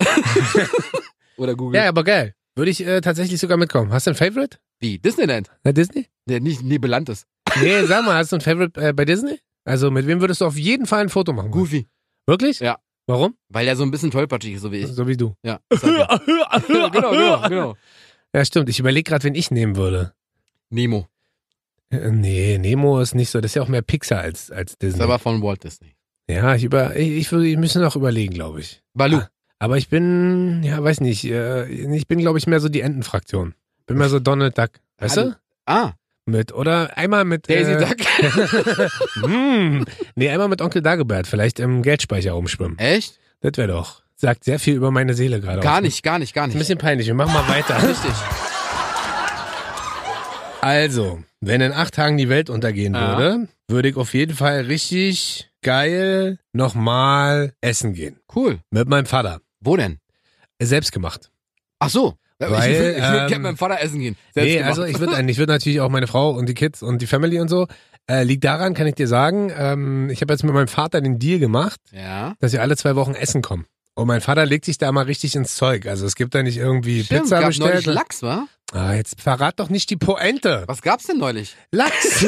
Speaker 1: Oder Google.
Speaker 2: Ja, aber geil. Würde ich äh, tatsächlich sogar mitkommen. Hast du ein Favorite?
Speaker 1: Wie? Disneyland?
Speaker 2: Bei Disney?
Speaker 1: Der nicht nebelant ist.
Speaker 2: Nee, sag mal, hast du ein Favorite äh, bei Disney? Also mit wem würdest du auf jeden Fall ein Foto machen? wollen?
Speaker 1: Goofy.
Speaker 2: Wirklich?
Speaker 1: Ja.
Speaker 2: Warum?
Speaker 1: Weil der so ein bisschen tollpatschig ist, so wie ich.
Speaker 2: So wie du.
Speaker 1: Ja. genau, genau, genau.
Speaker 2: Ja, stimmt. Ich überlege gerade, wen ich nehmen würde.
Speaker 1: Nemo.
Speaker 2: Äh, Nee, Nemo ist nicht so. Das ist ja auch mehr Pixar als, als
Speaker 1: Ist
Speaker 2: Disney.
Speaker 1: aber von Walt Disney.
Speaker 2: ja, ich, über, ich, ich, würde- ich müsste noch überlegen, glaube ich.
Speaker 1: Balu.
Speaker 2: Ah. Aber ich bin, ja, weiß nicht. Äh, ich bin, glaube ich, mehr so die Entenfraktion. Bin mehr so Donald Duck. Weißt
Speaker 1: Hallo.
Speaker 2: du?
Speaker 1: Ah,
Speaker 2: Mit, oder einmal mit.
Speaker 1: Daisy
Speaker 2: äh,
Speaker 1: Duck.
Speaker 2: mm, nee, einmal mit Onkel Dagobert, vielleicht im Geldspeicher rumschwimmen.
Speaker 1: Echt?
Speaker 2: Das wäre doch. Sagt sehr viel über meine Seele gerade.
Speaker 1: Gar
Speaker 2: aus.
Speaker 1: nicht, gar nicht, gar
Speaker 2: Ist ein
Speaker 1: nicht.
Speaker 2: bisschen peinlich, wir machen mal weiter.
Speaker 1: Richtig.
Speaker 2: Also, wenn in acht Tagen die Welt untergehen
Speaker 1: Ja.
Speaker 2: würde, würde ich auf jeden Fall richtig geil nochmal essen gehen.
Speaker 1: Cool.
Speaker 2: Mit meinem Vater.
Speaker 1: Wo denn?
Speaker 2: selbst gemacht.
Speaker 1: Ach so.
Speaker 2: Weil,
Speaker 1: ich würde würd
Speaker 2: ähm,
Speaker 1: gerne mit meinem Vater essen gehen. Selbst
Speaker 2: nee,
Speaker 1: gemacht.
Speaker 2: also ich würde ich würd natürlich auch meine Frau und die Kids und die Family und so. Äh, liegt daran, kann ich dir sagen, ähm, ich habe jetzt mit meinem Vater den Deal gemacht,
Speaker 1: Ja.
Speaker 2: dass wir alle zwei Wochen essen kommen. Und mein Vater legt sich da mal richtig ins Zeug. Also es gibt da nicht irgendwie
Speaker 1: Stimmt,
Speaker 2: Pizza
Speaker 1: gab neulich
Speaker 2: bestellt.
Speaker 1: Lachs, wa?
Speaker 2: ah, jetzt verrat doch nicht die Poente.
Speaker 1: Was gab's denn neulich?
Speaker 2: Lachs.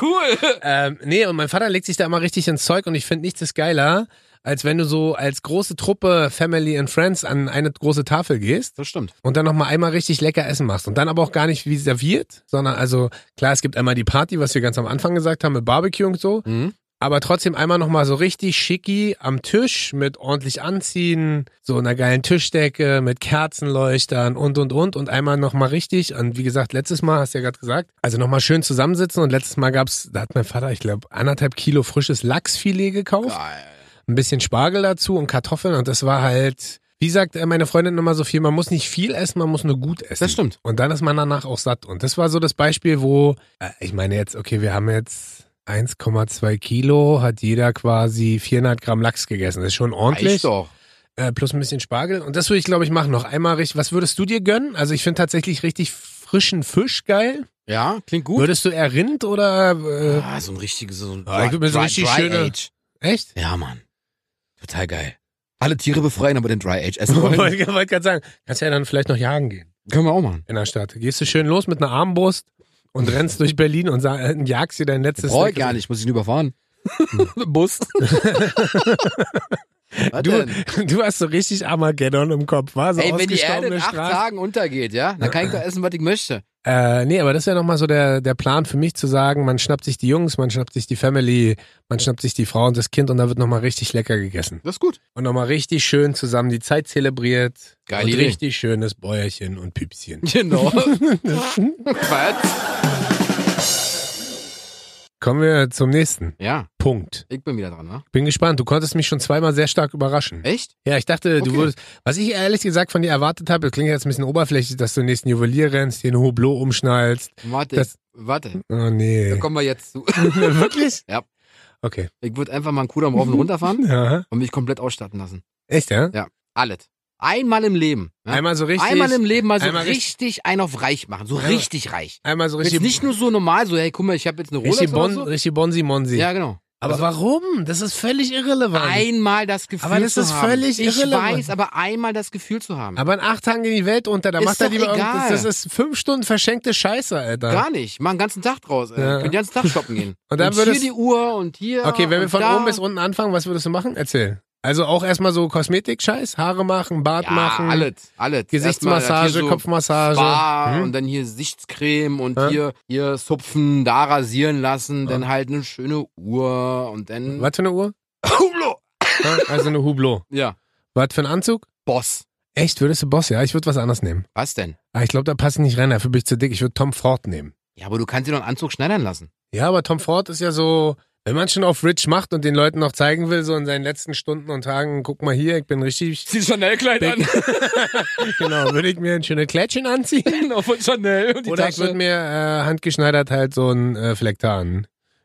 Speaker 1: Cool.
Speaker 2: ähm, nee, und mein Vater legt sich da immer richtig ins Zeug und ich finde nichts ist geiler, als wenn du so als große Truppe, Family and Friends an eine große Tafel gehst.
Speaker 1: Das stimmt.
Speaker 2: und dann nochmal einmal richtig lecker Essen machst. Und dann aber auch gar nicht wie serviert, sondern also klar, es gibt einmal die Party, was wir ganz am Anfang gesagt haben, mit Barbecue und so,
Speaker 1: Mhm.
Speaker 2: aber trotzdem einmal nochmal so richtig schicki am Tisch mit ordentlich anziehen, so einer geilen Tischdecke, mit Kerzenleuchtern und und und und einmal nochmal richtig. Und wie gesagt, letztes Mal, hast du ja gerade gesagt, also nochmal schön zusammensitzen und letztes Mal gab's, da hat mein Vater, ich glaube, anderthalb Kilo frisches Lachsfilet gekauft
Speaker 1: Geil.
Speaker 2: ein bisschen Spargel dazu und Kartoffeln und das war halt, wie sagt äh, meine Freundin immer so viel, man muss nicht viel essen, man muss nur gut essen.
Speaker 1: Das stimmt.
Speaker 2: Und dann ist man danach auch satt. Und das war so das Beispiel, wo, äh, ich meine jetzt, okay, wir haben jetzt 1,2 Kilo, hat jeder quasi 400 Gramm Lachs gegessen. Das ist schon ordentlich.
Speaker 1: Reicht doch.
Speaker 2: Äh, plus ein bisschen Spargel. Und das würde ich, glaube ich, machen. Noch einmal richtig. Was würdest du dir gönnen? Also ich finde tatsächlich richtig frischen Fisch geil.
Speaker 1: Ja, klingt gut.
Speaker 2: Würdest du eher Rind oder äh,
Speaker 1: Ah, so ein richtiges, so ein
Speaker 2: Ah, ich würd mir so richtig schöne-
Speaker 1: Age.
Speaker 2: echt?
Speaker 1: Ja, Mann. Total geil. Alle Tiere befreien, aber den Dry Age essen
Speaker 2: Wollte
Speaker 1: wollen.
Speaker 2: wollte gerade sagen, kannst ja dann vielleicht noch jagen gehen.
Speaker 1: Können wir auch machen.
Speaker 2: in der Stadt. Gehst du schön los mit einer Armbrust und rennst durch Berlin und sa- äh, jagst dir dein letztes.
Speaker 1: Brauche ich gar nicht, muss ich ihn überfahren. Bus. Was
Speaker 2: Du,
Speaker 1: denn?
Speaker 2: du hast so richtig Armageddon im Kopf, war so
Speaker 1: Ey, wenn die Erde
Speaker 2: ausgestorbene
Speaker 1: in acht
Speaker 2: Straßen.
Speaker 1: Tagen untergeht, ja, dann kann ich doch essen, was ich möchte.
Speaker 2: Äh, nee, aber das wäre nochmal so der, der Plan für mich zu sagen, man schnappt sich die Jungs, man schnappt sich die Family, man schnappt sich die Frau und das Kind und da wird nochmal richtig lecker gegessen.
Speaker 1: Das ist gut.
Speaker 2: Und nochmal richtig schön zusammen die Zeit zelebriert.
Speaker 1: Geile
Speaker 2: und
Speaker 1: Idee.
Speaker 2: richtig schönes Bäuerchen und Püpschen.
Speaker 1: Genau. was?
Speaker 2: Kommen wir zum nächsten
Speaker 1: Ja,
Speaker 2: Punkt.
Speaker 1: ich bin wieder dran, ne?
Speaker 2: Bin gespannt. Du konntest mich schon zweimal sehr stark überraschen.
Speaker 1: Echt?
Speaker 2: Ja, ich dachte, du
Speaker 1: Okay.
Speaker 2: würdest. Was ich ehrlich gesagt von dir erwartet habe, das klingt jetzt ein bisschen oberflächlich, dass du den nächsten Juwelier rennst, den Hublot umschnallst.
Speaker 1: Warte,
Speaker 2: Das-
Speaker 1: warte.
Speaker 2: Oh
Speaker 1: Da
Speaker 2: nee.
Speaker 1: kommen wir jetzt zu.
Speaker 2: Wirklich?
Speaker 1: Ja.
Speaker 2: Okay.
Speaker 1: Ich würde einfach mal einen Kudamm rauf und runter fahren
Speaker 2: Aha.
Speaker 1: und mich komplett ausstatten lassen.
Speaker 2: Echt, ja?
Speaker 1: Alles. Einmal im Leben. Ja?
Speaker 2: Einmal so richtig.
Speaker 1: Einmal im Leben mal so
Speaker 2: Einmal richtig-
Speaker 1: richtig einen auf reich machen. So
Speaker 2: Einmal-
Speaker 1: richtig reich.
Speaker 2: einmal so
Speaker 1: Jetzt
Speaker 2: richtig.
Speaker 1: nicht nur so normal, so, hey, guck mal, ich habe jetzt eine Rolex
Speaker 2: richtig, bon,
Speaker 1: oder so.
Speaker 2: richtig Bonsi Monsi.
Speaker 1: Ja, genau.
Speaker 2: aber warum? Das ist völlig irrelevant.
Speaker 1: Einmal das Gefühl
Speaker 2: Aber das
Speaker 1: zu
Speaker 2: ist
Speaker 1: haben.
Speaker 2: völlig
Speaker 1: ich
Speaker 2: irrelevant.
Speaker 1: weiß, aber einmal das Gefühl zu haben.
Speaker 2: aber in acht Tagen geht die Welt unter, da
Speaker 1: Ist
Speaker 2: macht er
Speaker 1: doch
Speaker 2: lieber
Speaker 1: egal.
Speaker 2: irgendwas. Das ist fünf Stunden verschenkte Scheiße, Alter.
Speaker 1: Gar nicht. Mach einen ganzen Tag draus. Ey.
Speaker 2: Ja.
Speaker 1: Könnt den ganzen Tag shoppen gehen.
Speaker 2: Und dann würdest-
Speaker 1: hier die Uhr und hier.
Speaker 2: okay, wenn wir
Speaker 1: und
Speaker 2: von
Speaker 1: da.
Speaker 2: oben bis unten anfangen, was würdest du machen? Erzähl. Also auch erstmal so Kosmetik-Scheiß, Haare machen, Bart
Speaker 1: ja,
Speaker 2: machen.
Speaker 1: alles, alles. Erstmal äh,
Speaker 2: Gesichtsmassage,
Speaker 1: hier so
Speaker 2: Kopfmassage.
Speaker 1: Spa
Speaker 2: Hm?
Speaker 1: und dann hier Sichtscreme und
Speaker 2: Ja.
Speaker 1: hier, hier zupfen, da rasieren lassen, dann halt eine schöne Uhr und dann.
Speaker 2: Was für eine Uhr? Ja, Also eine Hublot.
Speaker 1: Ja.
Speaker 2: Was für ein Anzug?
Speaker 1: Boss.
Speaker 2: Echt, würdest du Boss? Ja, ich würde was anderes nehmen.
Speaker 1: Was denn?
Speaker 2: Ah, ich glaube, da passe ich nicht rein, dafür bin ich zu dick. Ich würde Tom Ford nehmen.
Speaker 1: Ja, aber du kannst dir doch einen Anzug schneidern lassen.
Speaker 2: Ja, aber Tom Ford ist ja so, wenn man schon auf Rich macht und den Leuten noch zeigen will, so in seinen letzten Stunden und Tagen, guck mal hier, ich bin richtig.
Speaker 1: Zieh Chanel-Kleid
Speaker 2: Big. genau, würde ich mir ein schönes Klettchen anziehen.
Speaker 1: Genau, von Chanel und
Speaker 2: Oder ich würde mir äh, handgeschneidert halt so ein äh,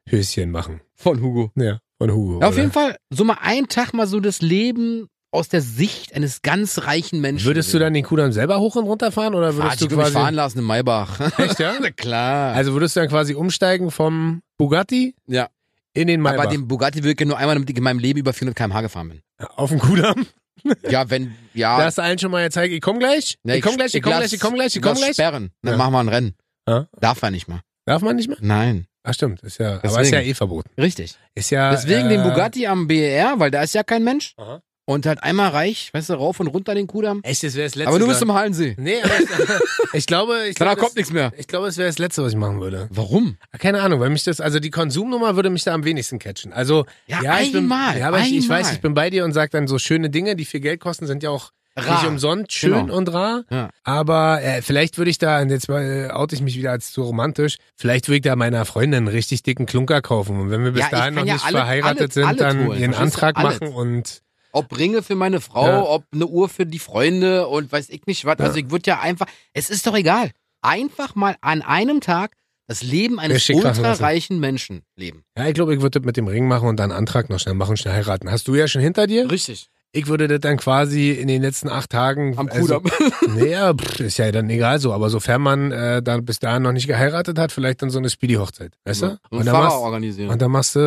Speaker 2: Flecktarn-Höschen machen.
Speaker 1: Von Hugo.
Speaker 2: Ja, von Hugo.
Speaker 1: Ja, auf
Speaker 2: oder?
Speaker 1: jeden Fall, so mal einen Tag mal so das Leben aus der Sicht eines ganz reichen Menschen.
Speaker 2: Würdest du dann den Kudamm selber hoch und runter fahren oder würdest
Speaker 1: Warte, ich
Speaker 2: du
Speaker 1: würde Ah, mich
Speaker 2: quasi.
Speaker 1: fahren lassen in Maybach.
Speaker 2: Echt, ja?
Speaker 1: Na klar.
Speaker 2: Also würdest du dann quasi umsteigen vom Bugatti
Speaker 1: Ja.
Speaker 2: in den Maybach?
Speaker 1: aber den Bugatti will ich nur einmal, damit ich in meinem Leben über 400 km/h gefahren bin.
Speaker 2: auf den Kudamm.
Speaker 1: Ja, wenn, ja.
Speaker 2: Da hast du allen schon mal gezeigt, ich komm gleich,
Speaker 1: ne,
Speaker 2: ich komm gleich, ich komm
Speaker 1: lass-
Speaker 2: gleich, ich komm gleich, ich
Speaker 1: lass
Speaker 2: komm gleich.
Speaker 1: sperren. Dann
Speaker 2: Ja.
Speaker 1: machen wir ein Rennen.
Speaker 2: Ja.
Speaker 1: Darf er nicht mal.
Speaker 2: Darf man nicht mehr?
Speaker 1: Nein.
Speaker 2: Ach stimmt, ist ja, aber ist ja
Speaker 1: Deswegen.
Speaker 2: eh verboten.
Speaker 1: Richtig.
Speaker 2: Ist ja,
Speaker 1: Deswegen
Speaker 2: äh,
Speaker 1: den Bugatti am BER, weil da ist ja kein Mensch.
Speaker 2: Aha.
Speaker 1: Und halt einmal reich, weißt du, rauf und runter den Kudamm.
Speaker 2: Echt, das wäre das letzte.
Speaker 1: Aber du bist
Speaker 2: Mal-
Speaker 1: im Hallensee.
Speaker 2: Nee, aber ich, ich glaube, ich
Speaker 1: Danach
Speaker 2: glaube,
Speaker 1: kommt nichts mehr.
Speaker 2: das, ich glaube, es wäre das letzte, was ich machen würde. Ah,
Speaker 1: Warum?
Speaker 2: Keine Ahnung, weil mich das, also die Konsumnummer würde mich da am wenigsten catchen. Also
Speaker 1: Ja,
Speaker 2: ich bin,
Speaker 1: einmal,
Speaker 2: ja, aber ich, ich weiß,
Speaker 1: einmal.
Speaker 2: ich bin bei dir und sag dann so schöne Dinge, die viel Geld kosten, sind ja auch nicht umsonst schön
Speaker 1: Genau.
Speaker 2: und rar.
Speaker 1: Ja.
Speaker 2: Aber äh, vielleicht würde ich da, und jetzt äh, oute ich mich wieder als zu romantisch, vielleicht würde ich da meiner Freundin einen richtig dicken Klunker kaufen. Und wenn wir bis
Speaker 1: Ja, ich
Speaker 2: dahin
Speaker 1: kann
Speaker 2: noch
Speaker 1: ja
Speaker 2: nicht
Speaker 1: alle-
Speaker 2: verheiratet
Speaker 1: alle-
Speaker 2: sind,
Speaker 1: alle
Speaker 2: dann
Speaker 1: holen,
Speaker 2: ihren
Speaker 1: verstehst du?
Speaker 2: Antrag
Speaker 1: Alle.
Speaker 2: machen und
Speaker 1: ob Ringe für meine Frau,
Speaker 2: Ja.
Speaker 1: ob eine Uhr für die Freunde und weiß ich nicht was. Also ich würde ja einfach, es ist doch egal. Einfach mal an einem Tag das Leben eines
Speaker 2: schick machen lassen.
Speaker 1: ultrareichen Menschen leben.
Speaker 2: Ja, ich glaube, ich würde das mit dem Ring machen und dann einen Antrag noch schnell machen, schnell heiraten. Hast du ja schon hinter dir?
Speaker 1: Richtig.
Speaker 2: Ich würde das dann quasi in den letzten acht Tagen.
Speaker 1: Am
Speaker 2: also-
Speaker 1: Kudamm.
Speaker 2: Naja, pff, ist ja dann egal so, aber sofern man äh, dann bis dahin noch nicht geheiratet hat, vielleicht dann so eine Speedy-Hochzeit, weißt du?
Speaker 1: Und
Speaker 2: dann
Speaker 1: Pfarrer
Speaker 2: machst,
Speaker 1: organisieren.
Speaker 2: und dann machst du,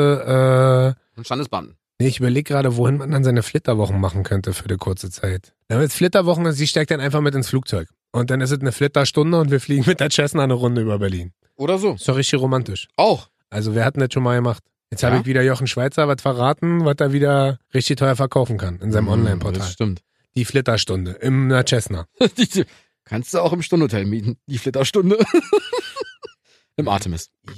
Speaker 2: äh,
Speaker 1: Und Standesbeamten.
Speaker 2: nee, ich überlege gerade, wohin man dann seine Flitterwochen machen könnte für eine kurze Zeit. Wenn es Flitterwochen ist, sie steigt dann einfach mit ins Flugzeug. Und dann ist es eine Flitterstunde und wir fliegen mit der Cessna eine Runde über Berlin.
Speaker 1: Oder so.
Speaker 2: Ist doch richtig romantisch.
Speaker 1: Auch.
Speaker 2: Also wir hatten das schon mal gemacht. Jetzt habe
Speaker 1: Ja?
Speaker 2: ich wieder Jochen Schweizer was verraten, was er wieder richtig teuer verkaufen kann in seinem
Speaker 1: Mhm,
Speaker 2: Online-Portal.
Speaker 1: Das stimmt.
Speaker 2: Die Flitterstunde im der Cessna.
Speaker 1: Die- Kannst du auch im Stundenhotel mieten. Die Flitterstunde. Im Artemis. Du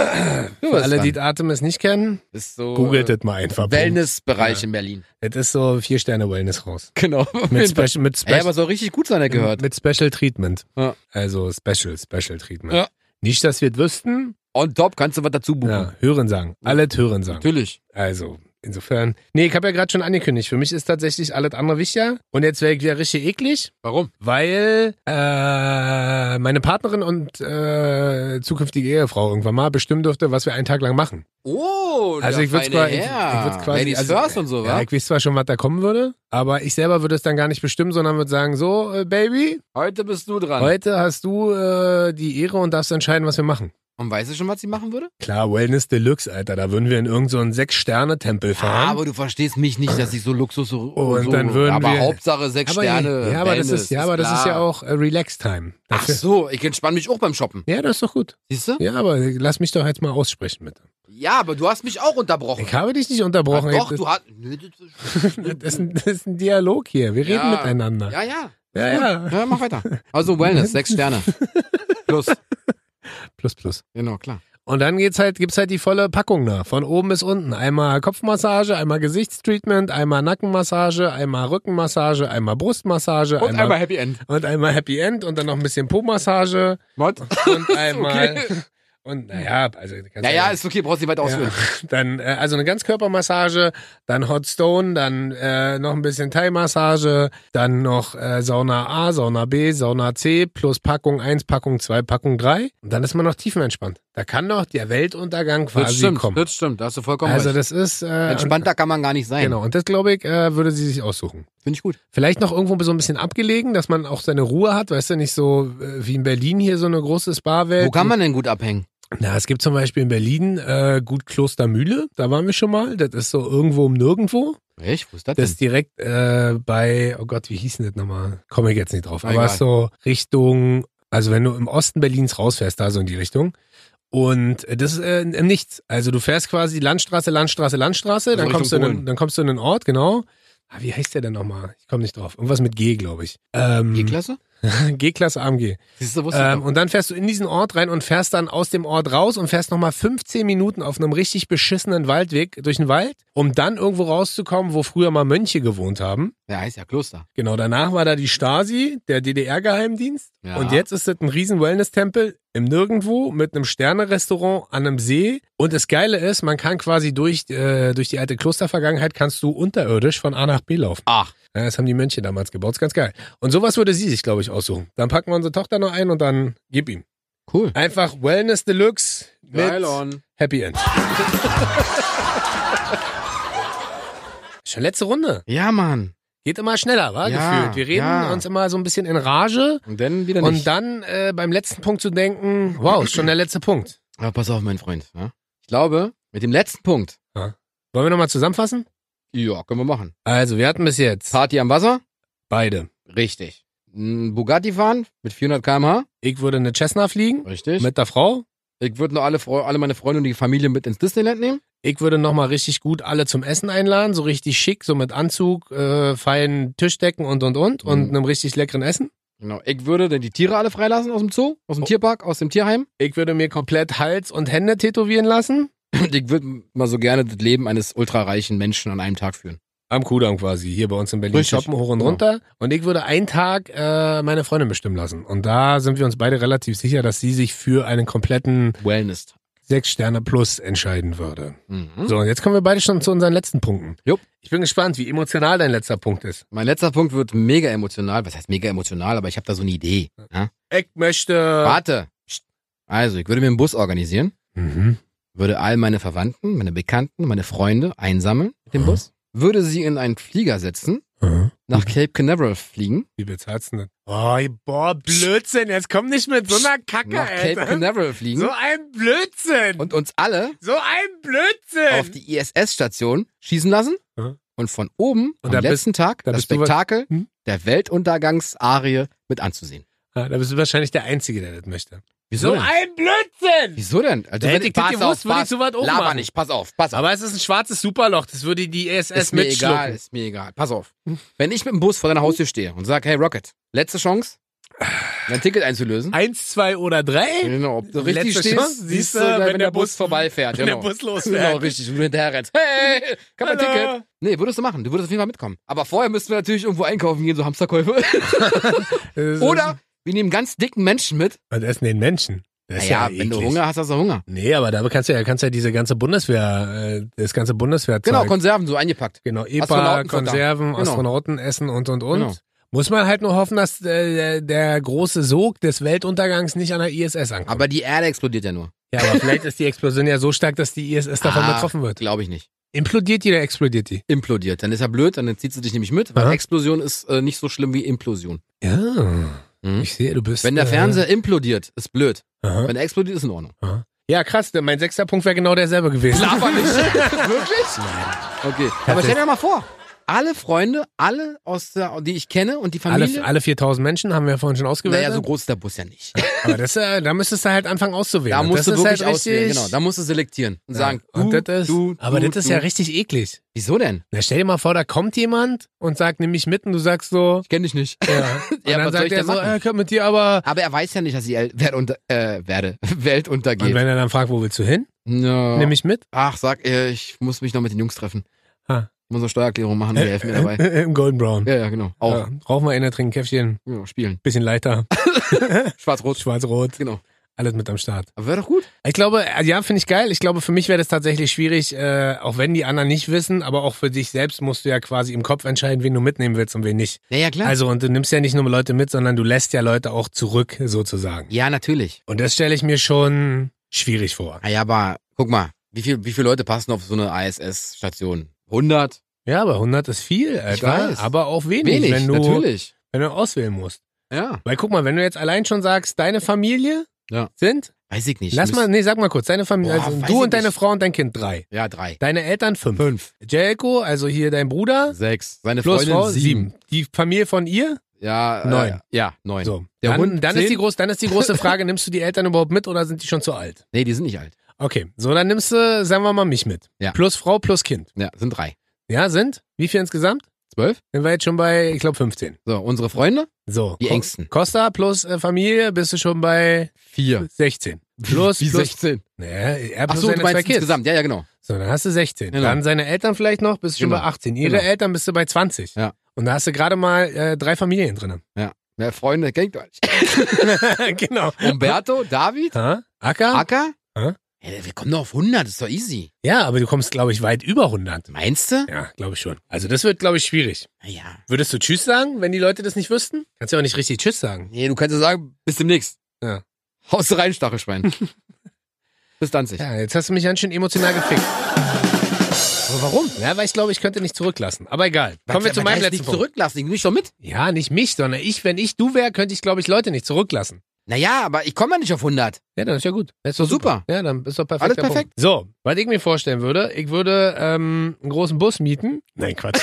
Speaker 2: Für
Speaker 1: bist
Speaker 2: alle, die
Speaker 1: dran.
Speaker 2: Artemis nicht kennen,
Speaker 1: ist so
Speaker 2: googelt
Speaker 1: äh,
Speaker 2: das mal einfach.
Speaker 1: Wellnessbereich
Speaker 2: Ja.
Speaker 1: in Berlin.
Speaker 2: Das ist so vier Sterne Wellness raus.
Speaker 1: Genau.
Speaker 2: Mit, Spe mit, Spe
Speaker 1: Ey, aber soll richtig gut sein, der gehört.
Speaker 2: mit Special Treatment.
Speaker 1: Ja.
Speaker 2: Also Special, Special Treatment.
Speaker 1: Ja.
Speaker 2: Nicht, dass wir es wüssten.
Speaker 1: On top kannst du was dazu buchen.
Speaker 2: Ja, hören sagen. Alle hören sagen.
Speaker 1: Natürlich.
Speaker 2: Also, insofern. Nee, ich habe ja gerade schon angekündigt. Für mich ist tatsächlich alles andere wichtiger. Und jetzt wäre ich wieder richtig eklig,
Speaker 1: Warum?
Speaker 2: weil äh, meine Partnerin und äh, zukünftige Ehefrau irgendwann mal bestimmen dürfte, was wir einen Tag lang machen.
Speaker 1: Oh,
Speaker 2: Also ich würde quasi, ich, ich würd's quasi
Speaker 1: Ladies
Speaker 2: also,
Speaker 1: first und so,
Speaker 2: ja,
Speaker 1: wa?
Speaker 2: ich weiß zwar schon, was da kommen würde, aber ich selber würde es dann gar nicht bestimmen, sondern würde sagen, so, äh, Baby,
Speaker 1: Heute bist du dran.
Speaker 2: heute hast du äh, die Ehre und darfst entscheiden, was wir machen.
Speaker 1: Und weißt du schon, was sie machen würde?
Speaker 2: Klar, Wellness Deluxe, Alter, da würden wir in irgendeinen so einen Sechs-Sterne-Tempel
Speaker 1: Ja,
Speaker 2: fahren.
Speaker 1: Ah, aber du verstehst mich nicht, dass ich so Luxus so,
Speaker 2: Und
Speaker 1: so
Speaker 2: dann würden
Speaker 1: aber
Speaker 2: wir-
Speaker 1: Hauptsache sechs Sterne.
Speaker 2: ja, aber das
Speaker 1: Wellness,
Speaker 2: ist, ja, aber das ist
Speaker 1: klar.
Speaker 2: ja auch äh, Relax-Time.
Speaker 1: Ach
Speaker 2: Dafür-
Speaker 1: so, ich entspanne mich auch beim Shoppen.
Speaker 2: Ja, das ist doch gut.
Speaker 1: Siehst du?
Speaker 2: Ja, aber lass mich doch jetzt mal aussprechen, bitte.
Speaker 1: Ja, aber du hast mich auch unterbrochen.
Speaker 2: Ich habe dich nicht unterbrochen.
Speaker 1: Ach, doch,
Speaker 2: ey,
Speaker 1: du hast. Nö, das
Speaker 2: das, das, ist ein, das ist ein Dialog hier. Wir reden
Speaker 1: Ja.
Speaker 2: miteinander.
Speaker 1: ja, ja.
Speaker 2: ja. ja.
Speaker 1: Ja, mach weiter. Also Wellness, sechs Sterne. Plus.
Speaker 2: Plus, plus.
Speaker 1: Genau, klar.
Speaker 2: Und dann geht's halt, gibt's halt die volle Packung da, von oben bis unten. Einmal Kopfmassage, einmal Gesichtstreatment, einmal Nackenmassage, einmal Rückenmassage, einmal Brustmassage,
Speaker 1: Und einmal Happy End.
Speaker 2: und einmal Happy End und dann noch ein bisschen Po-Massage
Speaker 1: Mod?
Speaker 2: und einmal
Speaker 1: Okay.
Speaker 2: und naja, also ganz
Speaker 1: Naja,
Speaker 2: ehrlich,
Speaker 1: ist okay, brauchst nicht weiter ausführen.
Speaker 2: dann äh, also eine Ganzkörpermassage, dann Hot Stone, dann äh, noch ein bisschen Thai-Massage, dann noch äh, Sauna A, Sauna B, Sauna C plus Packung 1, Packung 2, Packung 3 und dann ist man noch tiefenentspannt. Da kann doch der Weltuntergang
Speaker 1: Das
Speaker 2: quasi
Speaker 1: stimmt,
Speaker 2: kommen.
Speaker 1: das stimmt, da hast du vollkommen
Speaker 2: also
Speaker 1: recht.
Speaker 2: das ist äh,
Speaker 1: Entspannter kann man gar nicht
Speaker 2: Und,
Speaker 1: sein.
Speaker 2: genau. Und das glaube ich äh, würde sie sich aussuchen.
Speaker 1: Finde ich gut.
Speaker 2: Vielleicht noch irgendwo so ein bisschen abgelegen, dass man auch seine Ruhe hat, weißt du, nicht so äh, wie in Berlin hier so eine große Spa-Welt.
Speaker 1: Wo kann man denn gut abhängen?
Speaker 2: Na, es gibt zum Beispiel in Berlin äh, gut Klostermühle, da waren wir schon mal. Das ist so irgendwo um nirgendwo.
Speaker 1: Ich, wo ist das
Speaker 2: Das
Speaker 1: denn?
Speaker 2: ist direkt äh, bei, oh Gott, wie hieß denn das nochmal? Komme ich jetzt nicht drauf. Aber
Speaker 1: Egal.
Speaker 2: ist so Richtung, also wenn du im Osten Berlins rausfährst, da so in die Richtung. Und äh, das ist äh, im Nichts. Also du fährst quasi Landstraße, Landstraße, Landstraße,
Speaker 1: Also
Speaker 2: dann, kommst du
Speaker 1: Richtung
Speaker 2: in, einen-
Speaker 1: Polen.
Speaker 2: dann kommst du in einen Ort, genau. Ah, wie heißt der denn nochmal? Ich komme nicht drauf. Irgendwas mit G, glaube ich. Ähm,
Speaker 1: G-Klasse?
Speaker 2: G-Klasse AMG.
Speaker 1: Siehst du, wusste ich
Speaker 2: Ähm,
Speaker 1: doch.
Speaker 2: und dann fährst du in diesen Ort rein und fährst dann aus dem Ort raus und fährst nochmal 15 Minuten auf einem richtig beschissenen Waldweg durch den Wald, um dann irgendwo rauszukommen, wo früher mal Mönche gewohnt haben.
Speaker 1: Ja, heißt ja Kloster.
Speaker 2: Genau, danach war da die Stasi, der DDR-Geheimdienst.
Speaker 1: Ja.
Speaker 2: Und jetzt ist das ein riesen Wellness-Tempel im Nirgendwo mit einem Sterne-Restaurant an einem See. Und das Geile ist, man kann quasi durch, äh, durch die alte Klostervergangenheit kannst du unterirdisch von A nach B laufen.
Speaker 1: Ach,
Speaker 2: Ja, das haben die Mönche damals gebaut. Ist ganz geil. Und sowas würde sie sich, glaube ich, aussuchen. Dann packen wir unsere Tochter noch ein und dann gib ihm.
Speaker 1: cool.
Speaker 2: Einfach Wellness Deluxe mit
Speaker 1: Nylon.
Speaker 2: Happy End. Schon letzte Runde.
Speaker 1: Ja, Mann.
Speaker 2: Geht immer schneller, war
Speaker 1: Ja,
Speaker 2: gefühlt. Wir reden
Speaker 1: ja.
Speaker 2: uns immer so ein bisschen in Rage
Speaker 1: Und dann wieder
Speaker 2: und dann äh, beim letzten Punkt zu denken, wow, ist schon der letzte Punkt.
Speaker 1: Aber pass auf, mein Freund. Ja? Ich glaube, mit dem letzten Punkt,
Speaker 2: Wollen wir nochmal zusammenfassen?
Speaker 1: ja, können wir machen.
Speaker 2: Also, wir hatten bis jetzt
Speaker 1: Party am Wasser?
Speaker 2: beide.
Speaker 1: Richtig. Ein Bugatti fahren mit 400 km/h?
Speaker 2: Ich würde eine Cessna fliegen
Speaker 1: Richtig.
Speaker 2: mit der Frau.
Speaker 1: ich würde noch alle, Fre alle meine Freunde und die Familie mit ins Disneyland nehmen.
Speaker 2: Ich würde nochmal richtig gut alle zum Essen einladen, so richtig schick, so mit Anzug, äh, feinen Tischdecken und und und und
Speaker 1: Mhm.
Speaker 2: einem richtig leckeren Essen.
Speaker 1: Genau. Ich würde dann die Tiere alle freilassen aus dem Zoo, aus dem
Speaker 2: Oh.
Speaker 1: Tierpark, aus dem Tierheim.
Speaker 2: Ich würde mir komplett Hals und Hände tätowieren lassen.
Speaker 1: Und ich würde mal so gerne das Leben eines ultrareichen Menschen an einem Tag führen.
Speaker 2: Am Kudamm quasi, hier bei uns in Berlin.
Speaker 1: Richtig.
Speaker 2: Shoppen hoch und
Speaker 1: Genau.
Speaker 2: runter. Und ich würde einen Tag äh, meine Freundin bestimmen lassen. Und da sind wir uns beide relativ sicher, dass sie sich für einen kompletten
Speaker 1: Wellness.
Speaker 2: sechs Sterne plus entscheiden würde.
Speaker 1: Mhm.
Speaker 2: So, und jetzt kommen wir beide schon zu unseren letzten Punkten.
Speaker 1: Jupp.
Speaker 2: Ich bin gespannt, wie emotional dein letzter Punkt ist.
Speaker 1: Mein letzter Punkt wird mega emotional. Was heißt mega emotional? Aber ich habe da so eine Idee. Ja?
Speaker 2: Ich möchte.
Speaker 1: Warte. Psst. Also, ich würde mir einen Bus organisieren,
Speaker 2: Mhm.
Speaker 1: würde all meine Verwandten, meine Bekannten, meine Freunde einsammeln mit dem
Speaker 2: Mhm.
Speaker 1: Bus, würde sie in einen Flieger setzen,
Speaker 2: Mhm.
Speaker 1: nach Cape Canaveral fliegen.
Speaker 2: Wie bezahlst du denn? Oh, boah, Blödsinn. Jetzt komm nicht mit so einer Kacke,
Speaker 1: Nach Cape
Speaker 2: Alter.
Speaker 1: Canaveral fliegen
Speaker 2: So ein Blödsinn.
Speaker 1: und uns alle
Speaker 2: so ein Blödsinn.
Speaker 1: auf die ISS-Station schießen lassen
Speaker 2: Mhm.
Speaker 1: und von oben
Speaker 2: Und
Speaker 1: am
Speaker 2: da bist-
Speaker 1: letzten Tag
Speaker 2: da
Speaker 1: das
Speaker 2: bist du wa-
Speaker 1: Spektakel
Speaker 2: Hm?
Speaker 1: der Weltuntergangsarie mit anzusehen.
Speaker 2: ja, da bist du wahrscheinlich der Einzige, der das möchte.
Speaker 1: Wieso denn?
Speaker 2: ein Blödsinn.
Speaker 1: Wieso denn? Also,
Speaker 2: Da hätte ich das
Speaker 1: pass
Speaker 2: gewusst,
Speaker 1: auf,
Speaker 2: würde ich
Speaker 1: pass,
Speaker 2: sowas auch
Speaker 1: laber
Speaker 2: machen.
Speaker 1: nicht, pass auf, pass auf.
Speaker 2: Aber es ist ein schwarzes Superloch, das würde die ISS
Speaker 1: ist mir
Speaker 2: mitschlucken. Hm.
Speaker 1: egal, ist mir egal. Pass auf. Wenn ich mit dem Bus vor deiner Haustür stehe und sage, hey Rocket, letzte Chance, dein Ticket einzulösen.
Speaker 2: Eins, zwei oder drei?
Speaker 1: Genau, ob du richtig
Speaker 2: Letzte
Speaker 1: stehst,
Speaker 2: Chance,
Speaker 1: siehst du, gleich, wenn, der Bus, vorbeifährt.
Speaker 2: wenn der
Speaker 1: genau.
Speaker 2: Bus losfährt.
Speaker 1: Genau, richtig. Und du hinterher rennst. Hey, kann man
Speaker 2: halt Hallo.
Speaker 1: Ticket? Nee, würdest du machen. Du würdest auf jeden Fall mitkommen. Aber vorher müssten wir natürlich irgendwo einkaufen gehen, so Hamsterkäufe. Oder wir nehmen ganz dicken Menschen mit.
Speaker 2: Und essen den Menschen. Das ist
Speaker 1: Naja,
Speaker 2: ja
Speaker 1: wenn du
Speaker 2: eklig.
Speaker 1: Hunger hast, hast du Hunger.
Speaker 2: Nee, aber da kannst du ja, kannst ja diese ganze Bundeswehr, äh, das ganze Bundeswehr
Speaker 1: Genau, Konserven, so eingepackt.
Speaker 2: Genau, EPA,
Speaker 1: Astronautenfutter.
Speaker 2: Konserven,
Speaker 1: Genau.
Speaker 2: Astronautenessen und und und.
Speaker 1: Genau.
Speaker 2: Muss man halt nur hoffen, dass äh, der große Sog des Weltuntergangs nicht an der ISS ankommt.
Speaker 1: Aber die Erde explodiert ja nur.
Speaker 2: ja, aber vielleicht ist die Explosion ja so stark, dass die ISS davon
Speaker 1: Ah,
Speaker 2: betroffen wird.
Speaker 1: Glaube ich nicht.
Speaker 2: Implodiert die oder explodiert die?
Speaker 1: implodiert. Dann ist er blöd, dann zieht sie dich nämlich mit, weil
Speaker 2: Aha.
Speaker 1: Explosion ist äh, nicht so schlimm wie Implosion.
Speaker 2: Ja.
Speaker 1: Mhm.
Speaker 2: Ich sehe, du bist.
Speaker 1: Wenn der
Speaker 2: äh,
Speaker 1: Fernseher implodiert, ist blöd.
Speaker 2: Aha,
Speaker 1: Wenn er explodiert, ist in Ordnung.
Speaker 2: aha. Ja, krass, denn mein sechster Punkt wäre genau derselbe gewesen.
Speaker 1: Laber nicht. Wirklich? Okay. Aber stell dir mal vor, alle Freunde, alle aus der, die ich kenne und die Familie.
Speaker 2: Alle, alle 4000 Menschen haben wir vorhin schon
Speaker 1: naja,
Speaker 2: ausgewählt.
Speaker 1: so groß ist der Bus ja nicht.
Speaker 2: aber das, äh, da müsstest du halt anfangen auszuwählen.
Speaker 1: Da
Speaker 2: Und
Speaker 1: musst
Speaker 2: das
Speaker 1: du
Speaker 2: ist
Speaker 1: wirklich
Speaker 2: halt richtig,
Speaker 1: auswählen. Genau, da musst du selektieren und sagen,
Speaker 2: ja. und
Speaker 1: du,
Speaker 2: das ist,
Speaker 1: du,
Speaker 2: aber
Speaker 1: du,
Speaker 2: das ist
Speaker 1: du.
Speaker 2: ja richtig eklig.
Speaker 1: Wieso denn?
Speaker 2: Na, stell dir mal vor, da kommt jemand und sagt, nimm mich mit und du sagst so,
Speaker 1: Ich kenne dich nicht.
Speaker 2: ja. Und
Speaker 1: Ja,
Speaker 2: dann
Speaker 1: was soll ich
Speaker 2: sagt er
Speaker 1: denn
Speaker 2: so,
Speaker 1: machen?
Speaker 2: äh, komm mit dir, aber.
Speaker 1: Aber er weiß ja nicht, dass die El- Welt, unter, äh, werde, Welt
Speaker 2: Und
Speaker 1: untergeht.
Speaker 2: wenn er dann fragt, wo willst du hin?
Speaker 1: No.
Speaker 2: Nimm mich mit.
Speaker 1: Ach, sag ihr, ich muss mich noch mit den Jungs treffen.
Speaker 2: Ah.
Speaker 1: Ich muss eine Steuererklärung machen, die
Speaker 2: Äh,
Speaker 1: helfen mir dabei.
Speaker 2: Im Golden Brown.
Speaker 1: Ja, ja, genau. Auch.
Speaker 2: Ja, rauchen wir eine, trinken Käffchen,
Speaker 1: Ja, spielen.
Speaker 2: bisschen leichter,
Speaker 1: Schwarz-Rot.
Speaker 2: schwarz-rot,
Speaker 1: Genau.
Speaker 2: alles mit am Start.
Speaker 1: Aber wäre doch gut.
Speaker 2: Ich glaube, äh, ja, finde ich geil. Ich glaube, für mich wäre das tatsächlich schwierig, äh, auch wenn die anderen nicht wissen, aber auch für dich selbst musst du ja quasi im Kopf entscheiden, wen du mitnehmen willst und wen nicht.
Speaker 1: Ja, ja, klar.
Speaker 2: Also, und du nimmst ja nicht nur Leute mit, sondern du lässt ja Leute auch zurück, sozusagen.
Speaker 1: ja, natürlich.
Speaker 2: Und das stelle ich mir schon schwierig vor.
Speaker 1: Ah, Ja, aber guck mal, wie, viel, wie viele Leute passen auf so eine ISS-Station? 100?
Speaker 2: Ja, aber 100 ist viel, Alter.
Speaker 1: weiß.
Speaker 2: Aber auch wenig,
Speaker 1: Wenig,
Speaker 2: wenn, du,
Speaker 1: natürlich.
Speaker 2: wenn du auswählen musst.
Speaker 1: Ja.
Speaker 2: Weil guck mal, wenn du jetzt allein schon sagst, deine Familie
Speaker 1: Ja.
Speaker 2: sind,
Speaker 1: Weiß ich nicht.
Speaker 2: lass mal, nee, sag mal kurz, deine Familie,
Speaker 1: Boah,
Speaker 2: also
Speaker 1: weiß
Speaker 2: du
Speaker 1: ich
Speaker 2: und deine
Speaker 1: nicht.
Speaker 2: Frau und dein Kind drei.
Speaker 1: Ja, drei.
Speaker 2: Deine Eltern fünf.
Speaker 1: Fünf.
Speaker 2: Jelko, also hier dein Bruder,
Speaker 1: Sechs. Seine
Speaker 2: plus
Speaker 1: Freundin
Speaker 2: Frau
Speaker 1: sieben.
Speaker 2: sieben. Die Familie von ihr?
Speaker 1: Ja, äh,
Speaker 2: Neun.
Speaker 1: Ja, neun.
Speaker 2: So.
Speaker 1: Der
Speaker 2: dann,
Speaker 1: Hund,
Speaker 2: dann, ist die
Speaker 1: zehn?
Speaker 2: groß, dann ist die große Frage, nimmst du die Eltern überhaupt mit oder sind die schon zu alt?
Speaker 1: Nee, die sind nicht alt.
Speaker 2: Okay, so dann nimmst du, sagen wir mal, mich mit.
Speaker 1: Ja.
Speaker 2: Plus Frau, plus Kind.
Speaker 1: Ja, sind drei.
Speaker 2: Ja, sind? Wie viel insgesamt?
Speaker 1: Zwölf?
Speaker 2: Sind wir jetzt schon bei, ich glaube, 15.
Speaker 1: So, unsere Freunde?
Speaker 2: So.
Speaker 1: Die
Speaker 2: Ko-
Speaker 1: engsten.
Speaker 2: Costa plus äh, Familie bist du schon bei
Speaker 1: Vier.
Speaker 2: 16. Plus,
Speaker 1: Wie
Speaker 2: plus
Speaker 1: 16?
Speaker 2: Nee, er
Speaker 1: Ach
Speaker 2: plus
Speaker 1: so, du
Speaker 2: seine zwei
Speaker 1: meinst
Speaker 2: Kids.
Speaker 1: insgesamt. Ja, ja, genau.
Speaker 2: So, dann hast du 16.
Speaker 1: Genau.
Speaker 2: Dann seine Eltern vielleicht noch, bist du schon
Speaker 1: Genau.
Speaker 2: bei 18. Ihre
Speaker 1: Genau.
Speaker 2: Eltern bist du bei 20.
Speaker 1: Ja.
Speaker 2: Und da hast du gerade mal äh, drei Familien drin.
Speaker 1: Mehr Freunde, kennt ihr euch.
Speaker 2: genau.
Speaker 1: Umberto, David?
Speaker 2: Ha? Acker?
Speaker 1: Acker?
Speaker 2: Hä?
Speaker 1: Hey, wir kommen doch auf 100, ist doch easy.
Speaker 2: ja, aber du kommst, glaube ich, weit über 100.
Speaker 1: Meinst du?
Speaker 2: Ja, glaube ich schon. Also das wird, glaube ich, schwierig.
Speaker 1: Naja.
Speaker 2: Würdest du Tschüss sagen, wenn die Leute das nicht wüssten? Kannst ja auch nicht richtig Tschüss sagen.
Speaker 1: Nee, du kannst ja sagen, bis demnächst.
Speaker 2: Ja.
Speaker 1: Haust du rein, Stachelschwein. bis dann sich.
Speaker 2: Ja, jetzt hast du mich ganz schön emotional gefickt. Aber warum? Ja, weil ich glaube, ich könnte nicht zurücklassen. Aber egal. Kommen wir zu meinem letzten
Speaker 1: nicht
Speaker 2: Punkt.
Speaker 1: zurücklassen, ich nehme dich doch mit.
Speaker 2: Ja, nicht mich, sondern ich. Wenn ich du wäre, könnte ich, glaube ich, Leute nicht zurücklassen.
Speaker 1: Naja, aber ich komme ja nicht auf 100.
Speaker 2: Ja, dann ist ja gut. Das ist
Speaker 1: doch super.
Speaker 2: Ja, dann ist doch perfekt.
Speaker 1: Alles perfekt.
Speaker 2: So, was ich mir vorstellen würde, ich würde ähm, einen großen Bus mieten. Nein, Quatsch.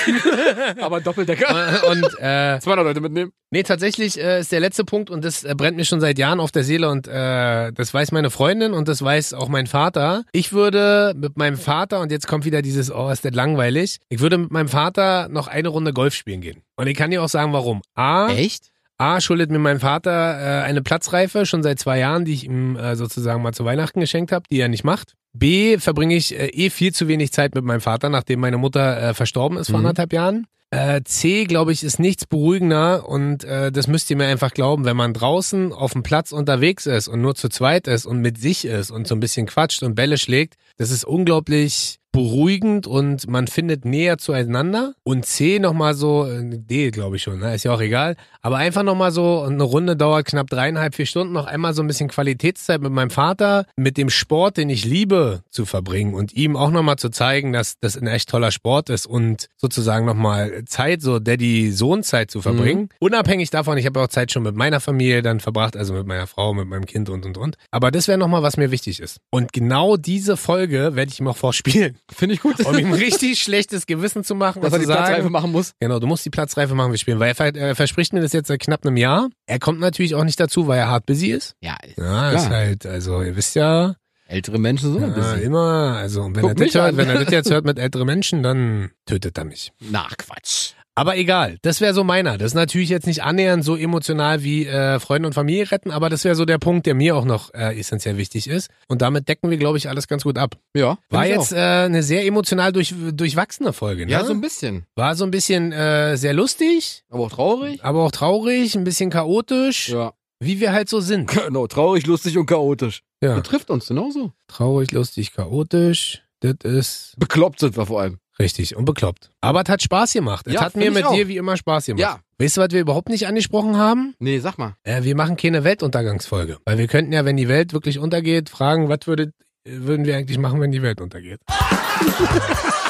Speaker 1: Aber Doppeldecker.
Speaker 2: und äh,
Speaker 1: 200 Leute mitnehmen.
Speaker 2: nee, tatsächlich äh, ist der letzte Punkt und das äh, brennt mir schon seit Jahren auf der Seele und äh, das weiß meine Freundin und das weiß auch mein Vater. Ich würde mit meinem Vater und jetzt kommt wieder dieses, oh, ist das langweilig. Ich würde mit meinem Vater noch eine Runde Golf spielen gehen. Und ich kann dir auch sagen, warum. A,
Speaker 1: Echt?
Speaker 2: A, schuldet mir mein Vater äh, eine Platzreife schon seit zwei Jahren, die ich ihm äh, sozusagen mal zu Weihnachten geschenkt habe, die er nicht macht. B, verbringe ich äh, eh viel zu wenig Zeit mit meinem Vater, nachdem meine Mutter äh, verstorben ist vor
Speaker 1: Mhm.
Speaker 2: anderthalb Jahren. Äh, C, glaube ich, ist nichts beruhigender und äh, das müsst ihr mir einfach glauben, wenn man draußen auf dem Platz unterwegs ist und nur zu zweit ist und mit sich ist und so ein bisschen quatscht und Bälle schlägt, das ist unglaublich beruhigend und man findet näher zueinander. Und C nochmal so, äh, D glaube ich schon, ne? ist ja auch egal, aber einfach nochmal so, eine Runde dauert knapp dreieinhalb, vier Stunden, noch einmal so ein bisschen Qualitätszeit mit meinem Vater, mit dem Sport, den ich liebe, zu verbringen und ihm auch nochmal zu zeigen, dass das ein echt toller Sport ist und sozusagen nochmal Zeit, so Daddy-Sohn-Zeit zu verbringen. Unabhängig davon, ich habe ja auch Zeit schon mit meiner Familie dann verbracht, also mit meiner Frau, mit meinem Kind und und und. Aber das wäre nochmal, was mir wichtig ist. Und genau diese Folge werde ich ihm auch vorspielen,
Speaker 1: Finde ich gut,
Speaker 2: um ihm richtig schlechtes Gewissen zu machen
Speaker 1: dass er
Speaker 2: und zu
Speaker 1: die
Speaker 2: sagen,
Speaker 1: Platzreife machen muss.
Speaker 2: Genau, du musst die Platzreife machen, wir spielen, weil er, ver er verspricht mir das jetzt seit knapp einem Jahr. Er kommt natürlich auch nicht dazu, weil er hart busy ist.
Speaker 1: Ja,
Speaker 2: Ja, ist
Speaker 1: Klar.
Speaker 2: halt, also ihr wisst ja,
Speaker 1: ältere Menschen sind ein
Speaker 2: ja
Speaker 1: bisschen.
Speaker 2: immer, also und wenn
Speaker 1: Guck
Speaker 2: er das
Speaker 1: mich
Speaker 2: hört,
Speaker 1: an.
Speaker 2: wenn er das jetzt hört mit älteren Menschen, dann tötet er mich.
Speaker 1: Na, Quatsch.
Speaker 2: Aber egal, das wäre so meiner. Das ist natürlich jetzt nicht annähernd so emotional wie äh, Freunde und Familie retten, aber das wäre so der Punkt, der mir auch noch äh, essentiell wichtig ist. Und damit decken wir, glaube ich, alles ganz gut ab.
Speaker 1: Ja, find
Speaker 2: War
Speaker 1: ich
Speaker 2: jetzt äh, eine sehr emotional durch, durchwachsene Folge,
Speaker 1: auch.
Speaker 2: ne?
Speaker 1: Ja, so ein bisschen.
Speaker 2: War so ein bisschen äh, sehr lustig.
Speaker 1: Aber auch traurig.
Speaker 2: aber auch traurig, ein bisschen chaotisch,
Speaker 1: Ja.
Speaker 2: wie wir halt so sind.
Speaker 1: Genau, traurig, lustig und chaotisch.
Speaker 2: Ja.
Speaker 1: Betrifft uns genauso.
Speaker 2: Traurig, lustig, chaotisch, das ist
Speaker 1: Bekloppt sind wir vor allem.
Speaker 2: richtig und bekloppt. Aber es hat Spaß gemacht. Es
Speaker 1: Ja,
Speaker 2: hat
Speaker 1: find
Speaker 2: mir
Speaker 1: ich
Speaker 2: mit
Speaker 1: auch.
Speaker 2: dir wie immer Spaß gemacht.
Speaker 1: Ja.
Speaker 2: Weißt du, was wir überhaupt nicht angesprochen haben?
Speaker 1: Nee, sag mal.
Speaker 2: Äh, wir machen keine Weltuntergangsfolge, weil wir könnten ja, wenn die Welt wirklich untergeht, fragen, was würdet, äh, würden wir eigentlich machen, wenn die Welt untergeht?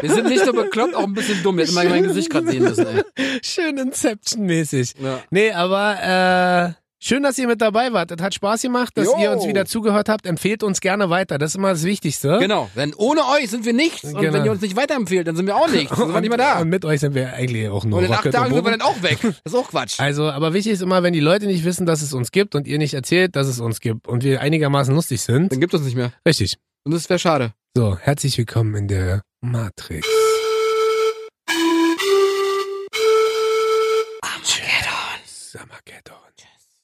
Speaker 1: Wir sind nicht nur bekloppt, auch ein bisschen dumm. Jetzt mal mein Gesicht gerade sehen müssen, ey.
Speaker 2: Schön Inception-mäßig.
Speaker 1: Ja.
Speaker 2: Nee, aber äh, schön, dass ihr mit dabei wart. Es hat Spaß gemacht, dass
Speaker 1: Jo.
Speaker 2: ihr uns wieder zugehört habt. Empfehlt uns gerne weiter. Das ist immer das Wichtige.
Speaker 1: Genau, denn ohne euch sind wir nichts. Und
Speaker 2: Genau.
Speaker 1: wenn ihr uns nicht weiterempfehlt, dann sind wir auch nichts. Dann sind wir nicht mehr da.
Speaker 2: Und mit euch sind wir eigentlich auch nur
Speaker 1: Und in acht
Speaker 2: Rocket und
Speaker 1: Tagen sind wir
Speaker 2: Bogen.
Speaker 1: dann auch weg. Das ist auch Quatsch.
Speaker 2: Also, aber wichtig ist immer, wenn die Leute nicht wissen, dass es uns gibt und ihr nicht erzählt, dass es uns gibt und wir einigermaßen lustig sind.
Speaker 1: Dann gibt es uns nicht mehr.
Speaker 2: Richtig.
Speaker 1: Und das wäre schade.
Speaker 2: So, herzlich willkommen in der Matrix. Armageddon. Armageddon.